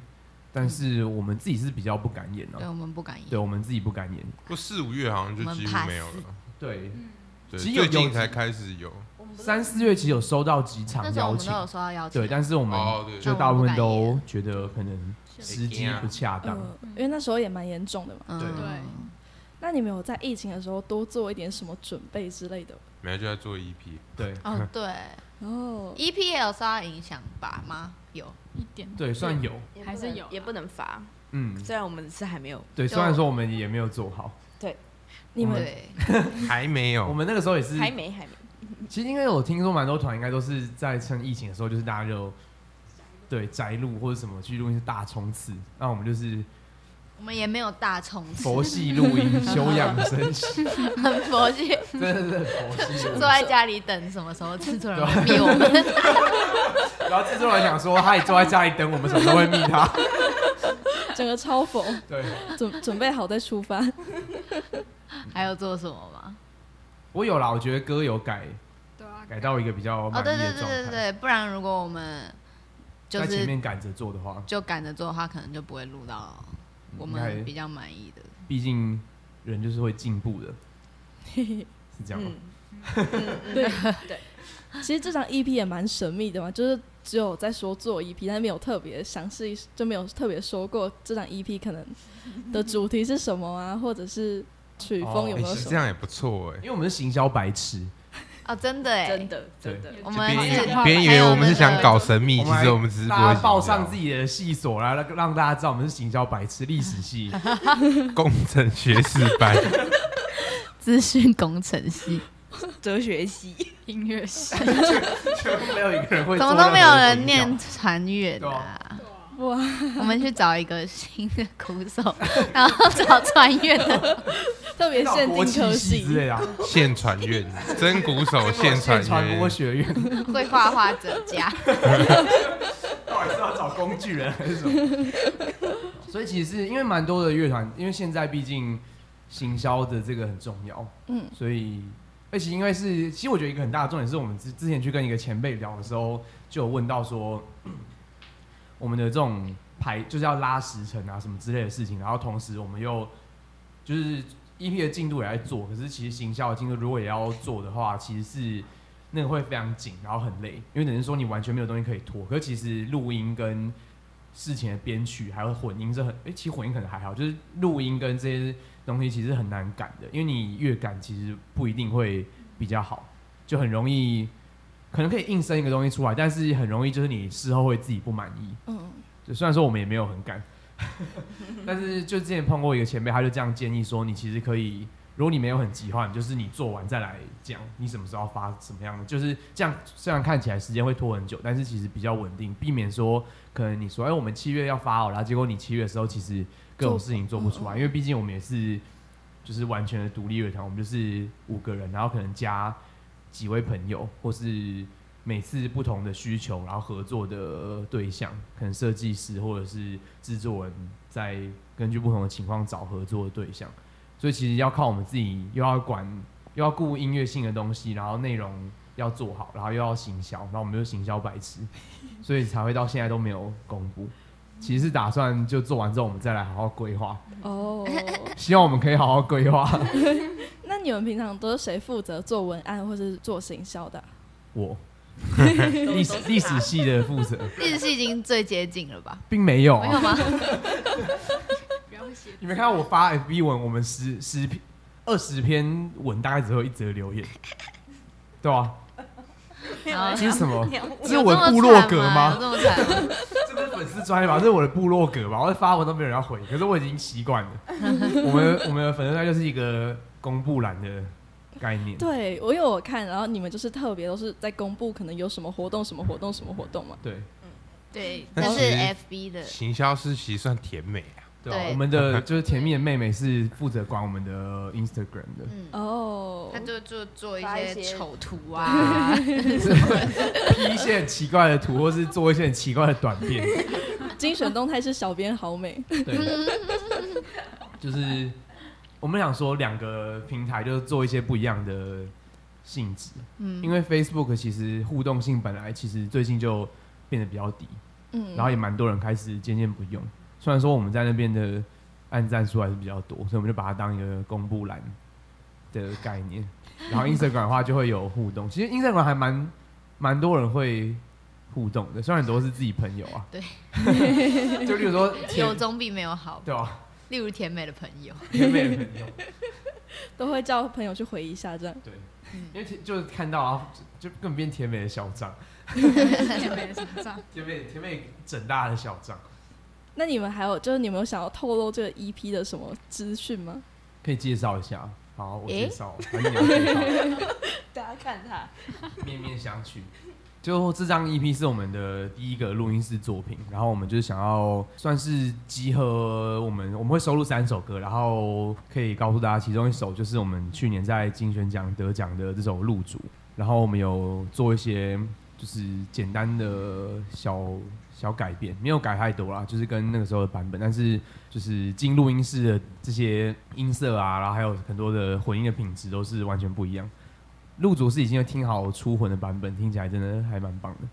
Speaker 3: 但是我们自己是比较不敢演
Speaker 5: 对
Speaker 3: 哦，
Speaker 5: 我们不敢演
Speaker 3: 对，我们自己不敢演，
Speaker 4: 不，四五月好像就
Speaker 5: 我们
Speaker 4: 几乎
Speaker 5: pass
Speaker 4: 没有了，
Speaker 3: 对，
Speaker 7: 嗯
Speaker 4: 对，
Speaker 3: 其实有
Speaker 4: 最
Speaker 3: 有
Speaker 4: 近才开始有。
Speaker 3: 三四月其实有收到几
Speaker 5: 那
Speaker 3: 场
Speaker 5: 时候
Speaker 3: 邀
Speaker 5: 我们
Speaker 3: 请
Speaker 5: 都，有收到邀请，啊
Speaker 3: 对，但是我们
Speaker 4: 哦，对，
Speaker 3: 就
Speaker 5: 那
Speaker 3: 大
Speaker 5: 我
Speaker 3: 部
Speaker 5: 们
Speaker 3: 分
Speaker 5: 不敢
Speaker 3: 都
Speaker 5: 演
Speaker 3: 觉得可能时机不恰当。
Speaker 2: 嗯，因为那时候也蛮严重的嘛。
Speaker 5: 嗯，
Speaker 4: 对
Speaker 5: 对，
Speaker 2: 那你们有在疫情的时候多做一点什么准备之类的吗？
Speaker 4: 没有就在做 E EP，
Speaker 3: 对
Speaker 5: 哦对
Speaker 2: 哦，
Speaker 5: ，EP 也有受到影响吧吗？有，
Speaker 7: 一点
Speaker 3: 对，算有，
Speaker 7: 还是有啊
Speaker 6: 也不能罚，
Speaker 3: 嗯，
Speaker 6: 虽然我们是还没有，
Speaker 3: 对，
Speaker 5: 就
Speaker 3: 虽然说我们也没有做好，
Speaker 2: 你们
Speaker 5: 对，
Speaker 4: 还没有，
Speaker 3: 我们那个时候也是，
Speaker 6: 还没还没，
Speaker 3: 其实应该有听说蛮多团应该都是在趁疫情的时候，就是大家就 对宅录或者什么去录音是大冲刺，那我们就是
Speaker 5: 我们也没有大冲刺，
Speaker 3: 佛系录音，休养生 息，
Speaker 5: 很佛系，
Speaker 3: 真 的是佛系录
Speaker 5: 坐
Speaker 3: 音。
Speaker 5: 在家里等什么时候制作 人会灭我们。
Speaker 3: 然后制作人想说，他也坐在家里等我们，什么时候会密 他？
Speaker 2: 整个超否
Speaker 3: 对。
Speaker 2: 准准备好再出发，
Speaker 5: 还有做什么吗？
Speaker 3: 我有啦，我觉得歌有改
Speaker 7: 对啊，
Speaker 3: 改到一个比较
Speaker 5: 哦，
Speaker 3: 满意
Speaker 5: 对对
Speaker 3: 的
Speaker 5: 对
Speaker 3: 状态。
Speaker 5: 对对，不然如果我们就
Speaker 3: 在前
Speaker 5: 是
Speaker 3: 面赶着做的话，
Speaker 5: 就赶着做的话，可能就不会录到我
Speaker 3: 应
Speaker 5: 们
Speaker 3: 该
Speaker 5: 比较满意的。
Speaker 3: 毕竟人就是会进步的， 是这样吗
Speaker 6: 嗯？，
Speaker 2: 其实这张 EP 也蛮神秘的嘛，就是只有在说做 EP，但是没有特别详细，就没有特别说过这张 EP 可能的主题是什么啊， 或者是曲风有
Speaker 3: 哦
Speaker 2: 没有
Speaker 4: 哎，
Speaker 2: 什
Speaker 4: 这
Speaker 2: 么？
Speaker 4: 样也不错哎
Speaker 3: 因。为我们是行销白痴，
Speaker 5: 哦，真的哎，
Speaker 6: 真的真的，
Speaker 5: 我
Speaker 4: 就
Speaker 5: 们
Speaker 4: 别
Speaker 5: 是
Speaker 4: 别以为我们是想 搞神秘，其
Speaker 3: 还
Speaker 4: 实我们只是不
Speaker 3: 大
Speaker 4: 会
Speaker 3: 家报上自
Speaker 4: 己
Speaker 3: 己的系所啦，让让大家知道我们是行销白痴，历史系
Speaker 4: 工程学士班，
Speaker 5: 资讯工程系，
Speaker 6: 哲学系，
Speaker 7: 音乐系，
Speaker 3: 全部没有一个人会
Speaker 5: 怎
Speaker 3: 做
Speaker 5: 么
Speaker 3: 任
Speaker 5: 都
Speaker 3: 何
Speaker 5: 没有
Speaker 3: 的
Speaker 5: 人
Speaker 3: 比
Speaker 5: 念
Speaker 3: 较
Speaker 5: 传乐的、啊
Speaker 3: 啊
Speaker 2: 哇，
Speaker 5: 我们去找一个新的鼓手，然后找传乐的。
Speaker 2: 特别限
Speaker 3: 国
Speaker 2: 定
Speaker 3: 际
Speaker 2: 科
Speaker 3: 系
Speaker 2: 系
Speaker 3: 之类的啊，
Speaker 4: 现传院， 真鼓手现传
Speaker 3: 现传播
Speaker 4: 院，
Speaker 3: 学院，
Speaker 5: 会画画者家，
Speaker 3: 到底是要找工具人还是什么？ 所以其实是因为蛮多的乐团，因为现在毕竟行销的这个很重要，
Speaker 2: 嗯
Speaker 3: 所以而且因为是，其实我觉得一个很大的重点是我们之之前去跟一个前辈聊的时候，就有问到说，我们的这种排就是要拉时程啊什么之类的事情，然后同时我们又就是 EP 的进度也在做，可是其实行销的进度如果也要做的话，其实是那个会非常紧，然后很累，因为等于说你完全没有东西可以拖。可是其实录音跟事情的编曲还有混音是很，诶，其实混音可能还好，就是录音跟这些东西其实很难赶的，因为你越赶其实不一定会比较好，就很容易可能可以硬生一个东西出来，但是很容易就是你事后会自己不满意。
Speaker 2: 嗯，
Speaker 3: 就虽然说我们也没有很赶， 但是就之前碰过一个前辈，他就这样建议说，你其实可以，如果你没有很急的话，你就是你做完再来讲，你什么时候发什么样的，就是这样。虽然看起来时间会拖很久，但是其实比较稳定，避免说可能你说，哎、我们七月要发哦，然后结果你七月的时候其实各种事情做不出来，因为毕竟我们也是就是完全的独立乐团，我们就是五个人，然后可能加几位朋友或是每次不同的需求，然后合作的对象，可能设计师或者是制作人，在根据不同的情况找合作的对象。所以其实要靠我们自己，又要管，又要顾音乐性的东西，然后内容要做好，然后又要行销，然后我们又行销白痴，所以才会到现在都没有公布。其实是打算就做完之后，我们再来好好规划，
Speaker 2: 哦，
Speaker 3: 希望我们可以好好规 划。
Speaker 2: 那你们平常都是谁负责做文案或是做行销的啊、
Speaker 3: 我历史历史系的负责，
Speaker 5: 日系已经最接近了吧？
Speaker 3: 并没有、啊，
Speaker 5: 没 有吗？
Speaker 7: 不要写
Speaker 3: 你们看到我发 FB 文，我们十十篇、二十篇文，大概只会有一则留言，对啊，
Speaker 5: 然后
Speaker 3: 这是什么？这是
Speaker 5: 哎有
Speaker 3: 我
Speaker 5: 这么
Speaker 3: 的部落
Speaker 5: 惨
Speaker 3: 格
Speaker 5: 吗？
Speaker 3: 吗
Speaker 5: 有？这么 惨吗？
Speaker 3: 这不是粉丝专业吧？这是我的部落格吧？我发文都没有人要回，可是我已经习惯 了。我们我们的粉丝专业就是一个公布栏的概念，
Speaker 2: 对，我有我看，然后你们就是特别都是在公布可能有什么活动、什么活动、什么活动嘛。
Speaker 3: 对
Speaker 5: 对，
Speaker 4: 但
Speaker 5: 但是
Speaker 4: 其实
Speaker 5: FB 的
Speaker 4: 行销师其实算甜美啊，
Speaker 3: 对啊
Speaker 5: 对
Speaker 3: 我们的就是甜蜜的妹妹是负责管我们的 Instagram 的，
Speaker 2: 哦
Speaker 5: 嗯他，就就做一
Speaker 6: 发一
Speaker 5: 些
Speaker 6: 些
Speaker 5: 丑图 啊，
Speaker 3: P 一些很奇怪的图，或是做一些很奇怪的短片。
Speaker 2: 精选动态是小编好美，
Speaker 3: 对，就是我们想说两个平台就是做一些不一样的性质，
Speaker 5: 嗯
Speaker 3: 因为 Facebook 其实互动性本来其实最近就变得比较低，
Speaker 2: 嗯，
Speaker 3: 然后也蛮多人开始渐渐不用。虽然说我们在那边的按赞数还是比较多，所以我们就把它当一个公布栏的概 念。然后 Instagram 的话就会有互动，其实 Instagram 还蛮蛮多人会互动的，虽然很多是自己朋友啊，
Speaker 5: 对，
Speaker 3: 就例如说甜
Speaker 5: 有总比没有好。
Speaker 3: 对吧、啊
Speaker 5: 例如甜美的朋 友，
Speaker 3: 甜美的朋友，
Speaker 2: 都会叫朋友去回忆一下这样。
Speaker 3: 对，因为甜就是看到啊，就就更变甜美的小张，
Speaker 7: 也没什么账。
Speaker 3: 甜美甜美整大的小张，
Speaker 2: 那你们还有就是你们有想要透露这个 EP 的什么资讯吗？
Speaker 3: 可以介绍一下。好，我
Speaker 5: 诶
Speaker 3: 介绍，反正你要介绍。
Speaker 6: 大家看他，
Speaker 3: 面面相觑。就这张 EP 是我们的第一个录音室作品，然后我们就是想要算是集合我们，我们会收录三首歌，然后呃可以告诉大家，其中一首就是我们去年在金选奖得奖的这首《入主》，然后我们有做一些就是简单的小小改变，没有改太多啦，就是跟那个时候的版本，但是就是进录音室的这些音色啊，然后还有很多的混音的品质都是完全不一样。录主是已经有听好初混的版本，听起来真的还蛮棒的。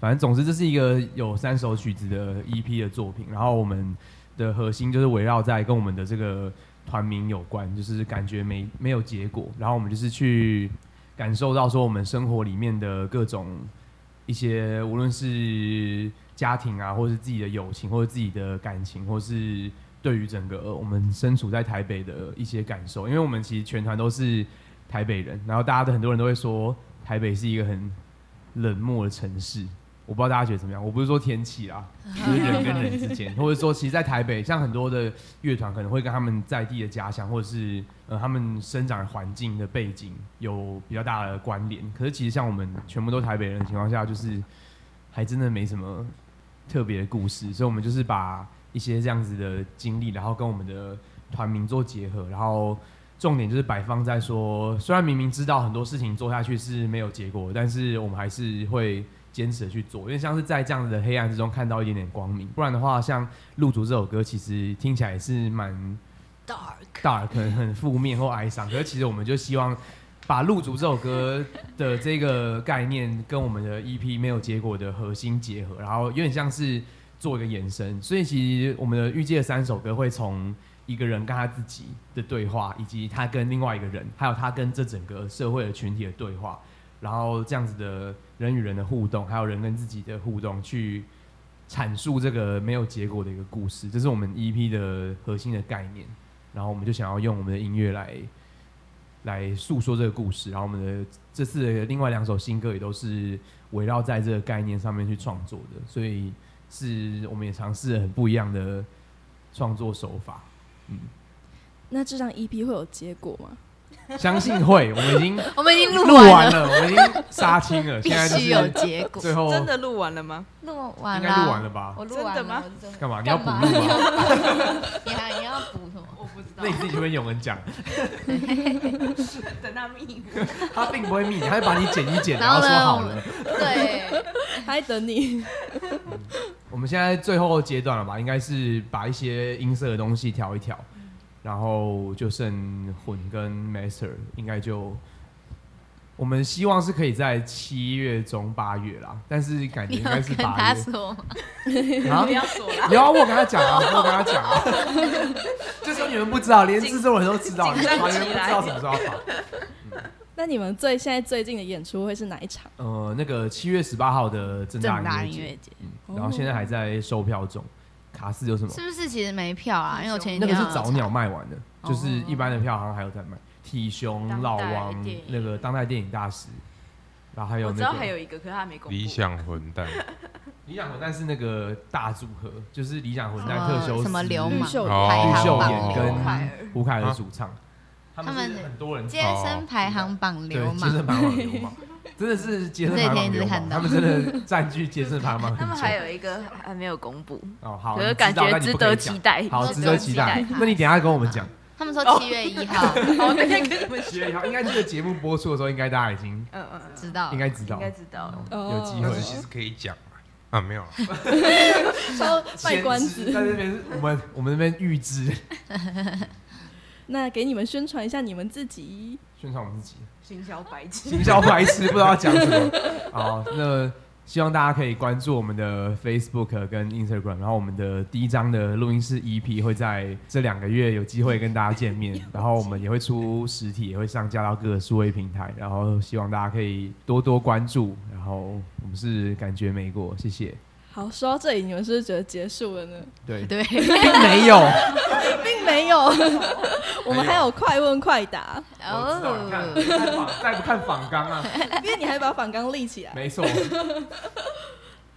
Speaker 3: 反正总之，这是一个有三首曲子的 EP 的作品，然后我们的核心就是围绕在跟我们的这个团名有关，就是感觉没没有结果，然后我们就是去感受到说我们生活里面的各种一些，无论是家庭啊，或是自己的友情，或者自己的感情，或是对于整个我们身处在台北的一些感受，因为我们其实全团都是台北人，然后大家都很多人都会说台北是一个很冷漠的城市。我不知道大家觉得怎么样，我不是说天气啦，就是人跟人之间，或者说其实，在台北，像很多的乐团可能会跟他们在地的家乡，或者是呃他们生长的环境的背景有比较大的关联。可是其实像我们全部都台北人的情况下，就是还真的没什么特别的故事，所以我们就是把一些这样子的经历，然后跟我们的团名做结合，然后重点就是摆放在说，虽然明明知道很多事情做下去是没有结果，但是我们还是会坚持的去做，因为像是在这样子的黑暗之中看到一点点光明，不然的话，像《露竹》这首歌，其实听起来也是蛮 dark dark 很很负面或哀伤，可是其实我们就希望。把《露竹》这首歌的这个概念跟我们的 EP 没有结果的核心结合，然后有点像是做一个延伸。所以其实我们的预计的三首歌会从一个人跟他自己的对话，以及他跟另外一个人，还有他跟这整个社会的群体的对话，然后这样子的人与人的互动，还有人跟自己的互动，去阐述这个没有结果的一个故事，这是我们 EP 的核心的概念。然后我们就想要用我们的音乐来来诉说这个故事。然后我们的这次的另外两首新歌也都是围绕在这个概念上面去创作的，所以是我们也尝试了很不一样的创作手法。
Speaker 2: 那这张 EP 会有结果吗？
Speaker 3: 相信会，我们已 经
Speaker 5: 我们已经
Speaker 3: 录
Speaker 5: 完
Speaker 3: 完，了，我们已经杀青了，
Speaker 5: 必
Speaker 3: 现在就
Speaker 5: 须有
Speaker 3: 是
Speaker 5: 结果。
Speaker 3: 最后
Speaker 6: 真的录完了吗？
Speaker 5: 录完
Speaker 3: 应该
Speaker 5: 了，
Speaker 3: 录完了吧？
Speaker 5: 我录完
Speaker 6: 真的吗
Speaker 5: 了？我真的
Speaker 3: 干嘛？你要补
Speaker 7: 干嘛
Speaker 3: 录吗？
Speaker 5: 你还你要补什么？
Speaker 6: 我不知道
Speaker 3: 那你自己去跟永恩讲，
Speaker 6: 等他密
Speaker 3: 他并不会密你，他会把你剪一剪，
Speaker 5: 然后
Speaker 3: 后
Speaker 5: 呢
Speaker 3: 说好
Speaker 5: 我
Speaker 3: 了。
Speaker 5: 对，
Speaker 2: 还等你。
Speaker 3: 我们现在最后阶段了吧？应该是把一些音色的东西调一调，然后就剩混跟 master，应该就我们希望是可以在七月中八月啦，但是感觉
Speaker 5: 你
Speaker 3: 应
Speaker 5: 要
Speaker 3: 该是
Speaker 5: 跟
Speaker 3: 八
Speaker 5: 他
Speaker 3: 月
Speaker 5: 说吗？
Speaker 3: 啊
Speaker 6: 不。要说了，
Speaker 3: 有啊，我有跟他讲啊，我有跟他讲啊，就说你们不知道，连制作人都知道，你
Speaker 6: 紧
Speaker 3: 们
Speaker 6: 张
Speaker 3: 完全不
Speaker 6: 起
Speaker 3: 知
Speaker 6: 来
Speaker 3: 道什么时候要发。
Speaker 2: 那你们最现在最近的演出会是哪一场？
Speaker 3: 呃，那个七月十八号的正
Speaker 5: 正
Speaker 3: 大
Speaker 5: 大
Speaker 3: 音
Speaker 5: 音
Speaker 3: 乐节
Speaker 5: 乐，节
Speaker 3: 嗯然后现在还在售票中。卡斯有什么？
Speaker 5: 是不是其实没票啊？因为我前几
Speaker 3: 那个
Speaker 5: 天
Speaker 3: 是
Speaker 5: 有哦
Speaker 3: 早
Speaker 5: 查
Speaker 3: 鸟卖完的，就是一般的票好像还有在卖。体雄、老
Speaker 5: 当
Speaker 3: 王
Speaker 5: 代电影
Speaker 3: 那个当代电影大师，然后还有
Speaker 6: 我知
Speaker 3: 那
Speaker 6: 道还有
Speaker 3: 个
Speaker 6: 一个，可是他没公布。
Speaker 4: 理想混蛋，
Speaker 3: 理想混蛋是那个大组合，就是理想混
Speaker 5: 什
Speaker 3: 蛋
Speaker 5: 么
Speaker 3: 特修斯
Speaker 5: 哦什么流
Speaker 3: 吕
Speaker 5: 氓
Speaker 2: 秀
Speaker 4: 哦
Speaker 5: 排行
Speaker 3: 秀
Speaker 5: 榜
Speaker 3: 妍
Speaker 5: 流
Speaker 3: 跟
Speaker 5: 氓
Speaker 6: 哎
Speaker 3: 胡凯尔主唱，他
Speaker 5: 他
Speaker 3: 们
Speaker 5: 们
Speaker 3: 是很多人
Speaker 5: 接生排行榜
Speaker 3: 哦对
Speaker 5: 流
Speaker 3: 接生
Speaker 5: 氓，
Speaker 3: 排行榜流 氓，真的是接生排行
Speaker 5: 这一
Speaker 3: 榜
Speaker 5: 天一直
Speaker 3: 流
Speaker 5: 看
Speaker 3: 氓，
Speaker 5: 到
Speaker 3: 他们真的占据接生排行榜
Speaker 6: 他们
Speaker 3: 很
Speaker 6: 还
Speaker 3: 前。
Speaker 6: 有一个还没有公布，
Speaker 3: 哦，好，
Speaker 6: 可
Speaker 3: 你
Speaker 6: 是
Speaker 3: 知
Speaker 6: 感
Speaker 3: 道
Speaker 6: 觉
Speaker 3: 但你
Speaker 6: 值
Speaker 3: 不可
Speaker 6: 得
Speaker 3: 以讲
Speaker 6: 期待。
Speaker 3: 好，
Speaker 5: 值
Speaker 3: 值
Speaker 5: 得
Speaker 3: 得
Speaker 5: 期
Speaker 3: 期
Speaker 5: 待
Speaker 3: 待。那你等一下跟我们 讲，
Speaker 5: 他们说七月一号，
Speaker 3: 哦
Speaker 6: 好，等一下跟你们
Speaker 3: 七月一号应该这个节目播出的时候，应该大家已经
Speaker 6: 嗯嗯，
Speaker 5: 知道
Speaker 3: 应该知道
Speaker 6: 应，该知道哦了。
Speaker 3: 有机
Speaker 4: 但
Speaker 3: 会
Speaker 4: 是。其实可以讲嘛啊，没有啊，
Speaker 2: 超卖
Speaker 3: 先
Speaker 2: 关
Speaker 3: 知
Speaker 2: 子。
Speaker 3: 在这边是我们我们那边预知
Speaker 2: 那给你们宣传一下你们自己。
Speaker 3: 宣传我们自己，
Speaker 6: 行销白痴，
Speaker 3: 行销白痴不知道要讲什么。 好，那希望大家可以关注我们的 Facebook 跟 Instagram，然后我们的第一张的录音室 EP 会在这两个月有机会跟大家见面，然后我们也会出实体，也会上架到各个数位平台，然后希望大家可以多多关注。然后我们是感觉美国，谢谢。
Speaker 2: 好，说到这里，你们是不是觉得结束了呢？
Speaker 3: 对，
Speaker 5: 对，
Speaker 3: 并没有。
Speaker 2: 并没有， 我们还有快问快答，
Speaker 3: 我知道你看
Speaker 5: 哦，
Speaker 3: 再不看再不看仿纲啊，
Speaker 2: 因为你还把反纲立起来。
Speaker 3: 没错。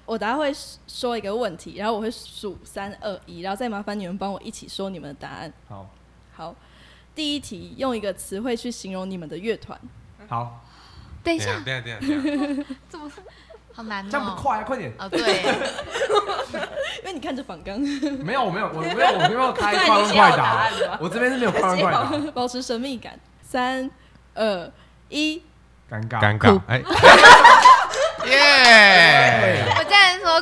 Speaker 2: 我等下会说一个问题，然后我会数三二一，然后再麻烦你们帮我一起说你们的答案。
Speaker 3: 好，
Speaker 2: 好，第一题，用一个词汇去形容你们的乐团。
Speaker 3: 好，
Speaker 7: 等一
Speaker 4: 等一下，
Speaker 7: 下，
Speaker 4: 等一下，等一下等一下，
Speaker 5: 好难
Speaker 3: 这样不
Speaker 5: 哦。
Speaker 3: 快啊，快点！
Speaker 5: 哦，对，
Speaker 2: 因为你看着反纲，
Speaker 3: 没有，我没有，我没有，我没有开快
Speaker 6: 那你
Speaker 3: 问
Speaker 6: 先
Speaker 3: 快
Speaker 6: 有答
Speaker 3: 答
Speaker 6: 案吧，
Speaker 3: 我这边是没有快问快答，
Speaker 2: 保持神秘感。三二一，
Speaker 3: 尴
Speaker 4: 尴
Speaker 3: 尬，
Speaker 4: 尬，哎， 耶，
Speaker 5: 我竟然说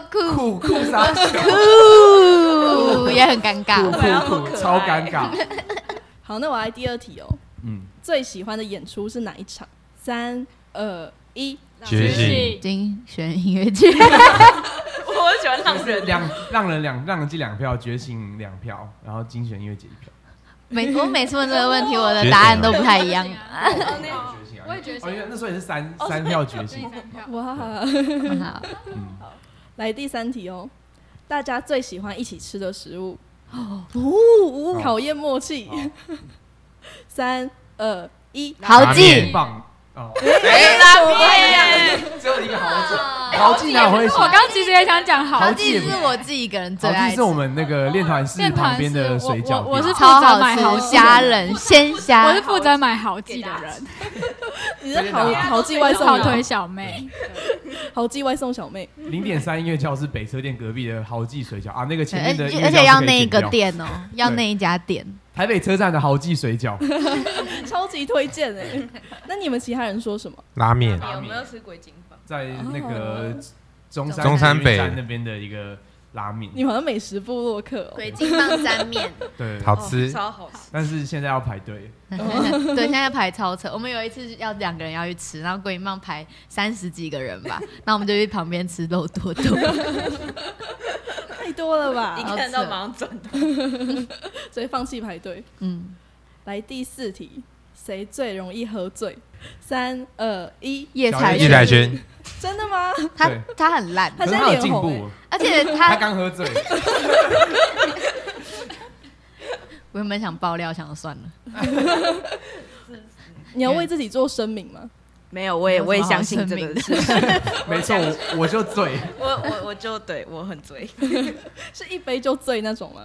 Speaker 3: 酷
Speaker 5: 酷
Speaker 3: 酷啥小？
Speaker 5: 酷，也很尴
Speaker 3: 酷
Speaker 5: 尬。
Speaker 3: 酷酷，超尴尬。
Speaker 2: 好，那我来第二题哦。
Speaker 3: 嗯，
Speaker 2: 最喜欢的演出是哪一场？三二一，
Speaker 4: 觉醒，
Speaker 7: 是
Speaker 5: 精选音乐剧，
Speaker 6: 我很喜欢
Speaker 3: 就
Speaker 6: 让
Speaker 3: 是
Speaker 6: 人
Speaker 3: 两让人两让人记两票，觉醒两票，然后精选音乐节一票。
Speaker 5: 每我每次问这个问题，我的答案都不太一样
Speaker 7: 觉。醒啊
Speaker 3: 觉醒啊
Speaker 7: 我也觉醒
Speaker 3: 哦因为那时候也是三三票觉
Speaker 7: 自己
Speaker 3: 醒。
Speaker 7: 三票
Speaker 2: 哇！
Speaker 5: 好，
Speaker 3: 嗯，
Speaker 2: 来第三题哦，大家最喜欢一起吃的食物？哦，考验默契。三二一，
Speaker 5: 好
Speaker 4: 拉面
Speaker 5: 记。
Speaker 3: 棒哦，
Speaker 6: 哎，拉面，
Speaker 3: 只有一个好记。陶技哪有会写？
Speaker 7: 我刚其实也想讲好
Speaker 3: 陶
Speaker 5: 陶
Speaker 3: 记
Speaker 5: 记
Speaker 3: 也不
Speaker 5: 是我自己一个人最
Speaker 3: 陶
Speaker 5: 爱
Speaker 3: 记
Speaker 5: 吃
Speaker 3: 哦是我们那个练团室
Speaker 7: 面
Speaker 3: 旁
Speaker 7: 团
Speaker 3: 边
Speaker 7: 是
Speaker 3: 的
Speaker 7: 我
Speaker 3: 水饺
Speaker 7: 我我是
Speaker 3: 店
Speaker 7: 负
Speaker 5: 超
Speaker 7: 责
Speaker 5: 好
Speaker 7: 买
Speaker 5: 吃
Speaker 7: 蚝
Speaker 5: 虾仁鲜虾，
Speaker 7: 我是负责买啊好记的人，
Speaker 2: 你是淘淘记外送
Speaker 7: 好推
Speaker 2: 员，
Speaker 7: 小妹。
Speaker 2: 淘记外送小妹，
Speaker 3: 零点三音乐教室北车店隔壁的豪记水饺啊，那个前面的音
Speaker 5: 对
Speaker 3: 乐教
Speaker 5: 而且
Speaker 3: 室
Speaker 5: 要
Speaker 3: 可以
Speaker 5: 那一
Speaker 3: 剪
Speaker 5: 个
Speaker 3: 掉，
Speaker 5: 店哦，要
Speaker 3: 对
Speaker 5: 那一家店。
Speaker 3: 台北车站的豪记水饺，
Speaker 2: 超级推荐哎、那你们其他人说什么？
Speaker 4: 拉面，
Speaker 6: 有没有吃鬼金棒？
Speaker 3: 在那个中山
Speaker 4: 中山
Speaker 3: 捷运
Speaker 4: 北
Speaker 3: 站那边的一个拉面，
Speaker 2: 你们好像美食部落客、哦，
Speaker 5: 鬼境棒沾面，
Speaker 3: 对，
Speaker 4: 好吃，
Speaker 6: 哦超好吃。
Speaker 3: 但是现在要排队，
Speaker 5: 对，现在排超车。我们有一次要两个人要去吃，然后鬼境棒排三十几个人吧，那我们就去旁边吃肉多 多。
Speaker 2: 太多了
Speaker 6: 一
Speaker 2: 吧？
Speaker 5: 好
Speaker 6: 看到
Speaker 5: 扯
Speaker 6: 马上转头，
Speaker 2: 所以放弃排队。
Speaker 5: 嗯，
Speaker 2: 来第四题，谁最容易喝醉？三二一，
Speaker 5: 叶
Speaker 3: 小
Speaker 5: 彩
Speaker 4: 叶
Speaker 3: 叶
Speaker 4: 乃轩，
Speaker 2: 真的吗？
Speaker 5: 他
Speaker 3: 对
Speaker 5: 他很烂，
Speaker 2: 他
Speaker 3: 可
Speaker 2: 现在
Speaker 3: 是他有
Speaker 2: 脸
Speaker 3: 进
Speaker 2: 红
Speaker 3: 步
Speaker 2: 欸，
Speaker 5: 而且
Speaker 3: 他
Speaker 5: 他
Speaker 3: 刚喝醉，
Speaker 5: 我原本想爆料，想算了，
Speaker 2: 你要为自己做声明吗？
Speaker 6: 没有，我也我也相信这
Speaker 5: 有
Speaker 6: 个
Speaker 5: 什么好。声明是
Speaker 3: 没错，我我就醉，
Speaker 6: 我我我就对我很醉，
Speaker 2: 是一杯就醉那种吗？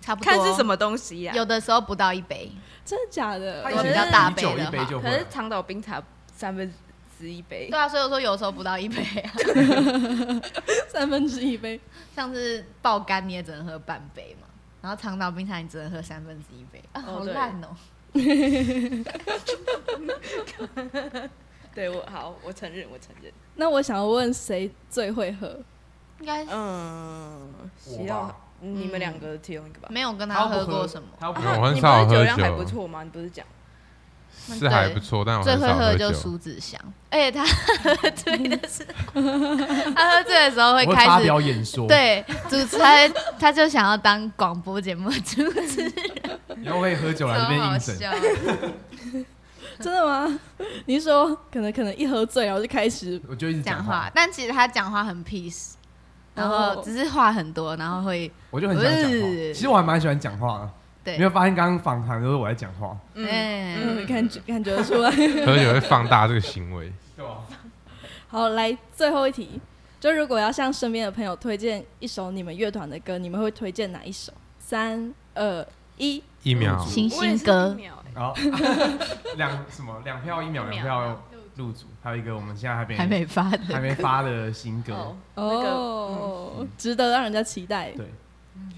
Speaker 5: 差不多。
Speaker 6: 看是什，么东西呀？啊
Speaker 5: 有的时候不到一杯，
Speaker 2: 真的假的
Speaker 3: 他？以
Speaker 5: 有
Speaker 3: 前
Speaker 5: 比较
Speaker 3: 是
Speaker 5: 大
Speaker 3: 啤
Speaker 5: 杯
Speaker 3: 酒
Speaker 5: 的
Speaker 3: 一杯
Speaker 5: 话
Speaker 3: 就会
Speaker 6: 可是
Speaker 3: 了，
Speaker 6: 长岛冰茶三分之一杯
Speaker 5: 对，啊，所以我说有时候不到一杯啊。
Speaker 2: 三分之一杯，
Speaker 5: 上次爆肝你也只能喝半杯嘛，然后长岛冰茶你只能喝三分之一杯，啊，
Speaker 6: 哦
Speaker 5: 好
Speaker 6: 对
Speaker 5: 烂哦、
Speaker 6: 对我好，我承认，我承认。
Speaker 2: 那我想要问谁最会喝？
Speaker 5: 应该
Speaker 6: 啊
Speaker 5: 是
Speaker 6: 嗯，
Speaker 3: 我
Speaker 6: 洗到
Speaker 3: 吧
Speaker 6: 你们两个其中一个吧。
Speaker 5: 没有跟
Speaker 3: 他
Speaker 5: 他
Speaker 3: 又不
Speaker 5: 喝过什么。
Speaker 3: 他又不
Speaker 4: 啊
Speaker 3: 喝
Speaker 6: 啊
Speaker 4: 我很
Speaker 6: 你不
Speaker 4: 少
Speaker 6: 是
Speaker 4: 喝
Speaker 6: 酒量
Speaker 4: 酒
Speaker 6: 还不错吗？你不是讲
Speaker 4: 是还不错，但我
Speaker 5: 最
Speaker 4: 很
Speaker 5: 会
Speaker 4: 少
Speaker 5: 的
Speaker 4: 酒
Speaker 5: 就。苏子祥，而 且他喝醉的时候，他喝醉的时候会
Speaker 3: 我会
Speaker 5: 开
Speaker 3: 发
Speaker 5: 始
Speaker 3: 表演说，，
Speaker 5: 对主持人，他就想要当广播节目主持人，
Speaker 3: 然后会喝酒啊来这
Speaker 5: 超
Speaker 3: 边
Speaker 5: 好
Speaker 3: 应诊，
Speaker 5: 笑。
Speaker 2: 真的吗？你是说可能可能一喝醉然后就开始
Speaker 3: 我就一直
Speaker 5: 讲
Speaker 3: 话
Speaker 5: 话，，但其实他讲话很 peace，然
Speaker 2: 哦
Speaker 5: 后只是话很多，然后会
Speaker 3: 我就很喜欢讲话，
Speaker 5: 呃
Speaker 3: 其实我还蛮喜欢讲话的。
Speaker 5: 对
Speaker 3: 没有发现刚刚访谈都是我在讲话，
Speaker 5: 嗯，
Speaker 2: 嗯感觉感觉得出来？
Speaker 4: 喝酒会放大这个行为，
Speaker 3: 对吧？
Speaker 2: 好，来最后一题，就如果要向身边的朋友推荐一首你们乐团的歌，你们会推荐哪一首？三二一，
Speaker 4: 一秒
Speaker 5: 星星哥，
Speaker 3: 然后 两什么两票一秒两票入主，还有一个我们现在还没
Speaker 5: 还没发
Speaker 3: 还
Speaker 5: 的，
Speaker 3: 没发的新歌
Speaker 6: 哦，，那个
Speaker 2: 哦，值得让人家期待。
Speaker 3: 对，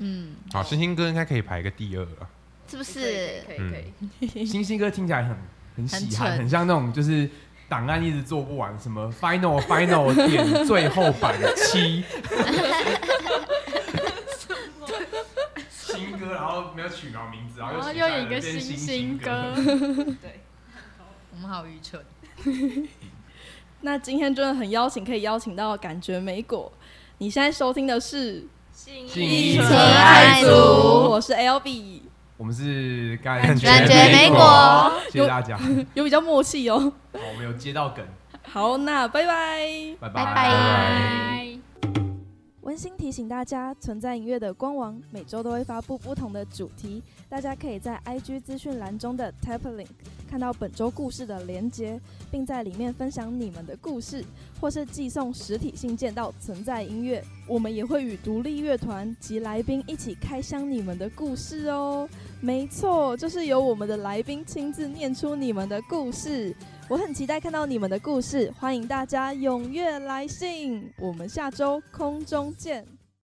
Speaker 5: 嗯，
Speaker 4: 好，星星哥应该可以排个第二啊了。
Speaker 5: 是不
Speaker 6: 可以
Speaker 5: 是？
Speaker 6: 可以可以可以，
Speaker 3: 新新歌听起来很很喜
Speaker 5: 很
Speaker 3: 憨，
Speaker 5: 蠢
Speaker 3: 很像那种就是档案一直做不完，什么 final final 点最后版七。新歌，然后没有取到名字，然
Speaker 7: 然
Speaker 3: 后
Speaker 7: 后
Speaker 3: 又写
Speaker 7: 又
Speaker 3: 下来
Speaker 7: 有一个
Speaker 3: 变
Speaker 7: 星
Speaker 3: 星
Speaker 7: 星
Speaker 3: 歌
Speaker 7: 歌，，
Speaker 5: 我们好愚蠢。
Speaker 2: 那今天真的很邀请，可以邀请到感觉美果。你现在收听的是
Speaker 3: 信义
Speaker 5: 纯
Speaker 3: 纯
Speaker 5: 爱组
Speaker 2: 我是 L B，
Speaker 3: 我们是感
Speaker 5: 感觉美
Speaker 3: 果
Speaker 5: 果，
Speaker 3: 谢谢大家。好，
Speaker 2: 有比较默契哦。
Speaker 3: 我们有接到梗，
Speaker 2: 好，那拜拜。
Speaker 3: 拜
Speaker 5: 拜
Speaker 3: 拜
Speaker 5: 拜。
Speaker 7: 嗨。
Speaker 2: 温馨提醒大家，存在音乐的官网每周都会发布不同的主题，大家可以在 IG 资讯栏中的 Tap Link 看到本周故事的连接，并在里面分享你们的故事，或是寄送实体信件到存在音乐。我们也会与独立乐团及来宾一起开箱你们的故事哦。没错，就是由我们的来宾亲自念出你们的故事。我很期待看到你们的故事，欢迎大家踊跃来信。我们下周空中见。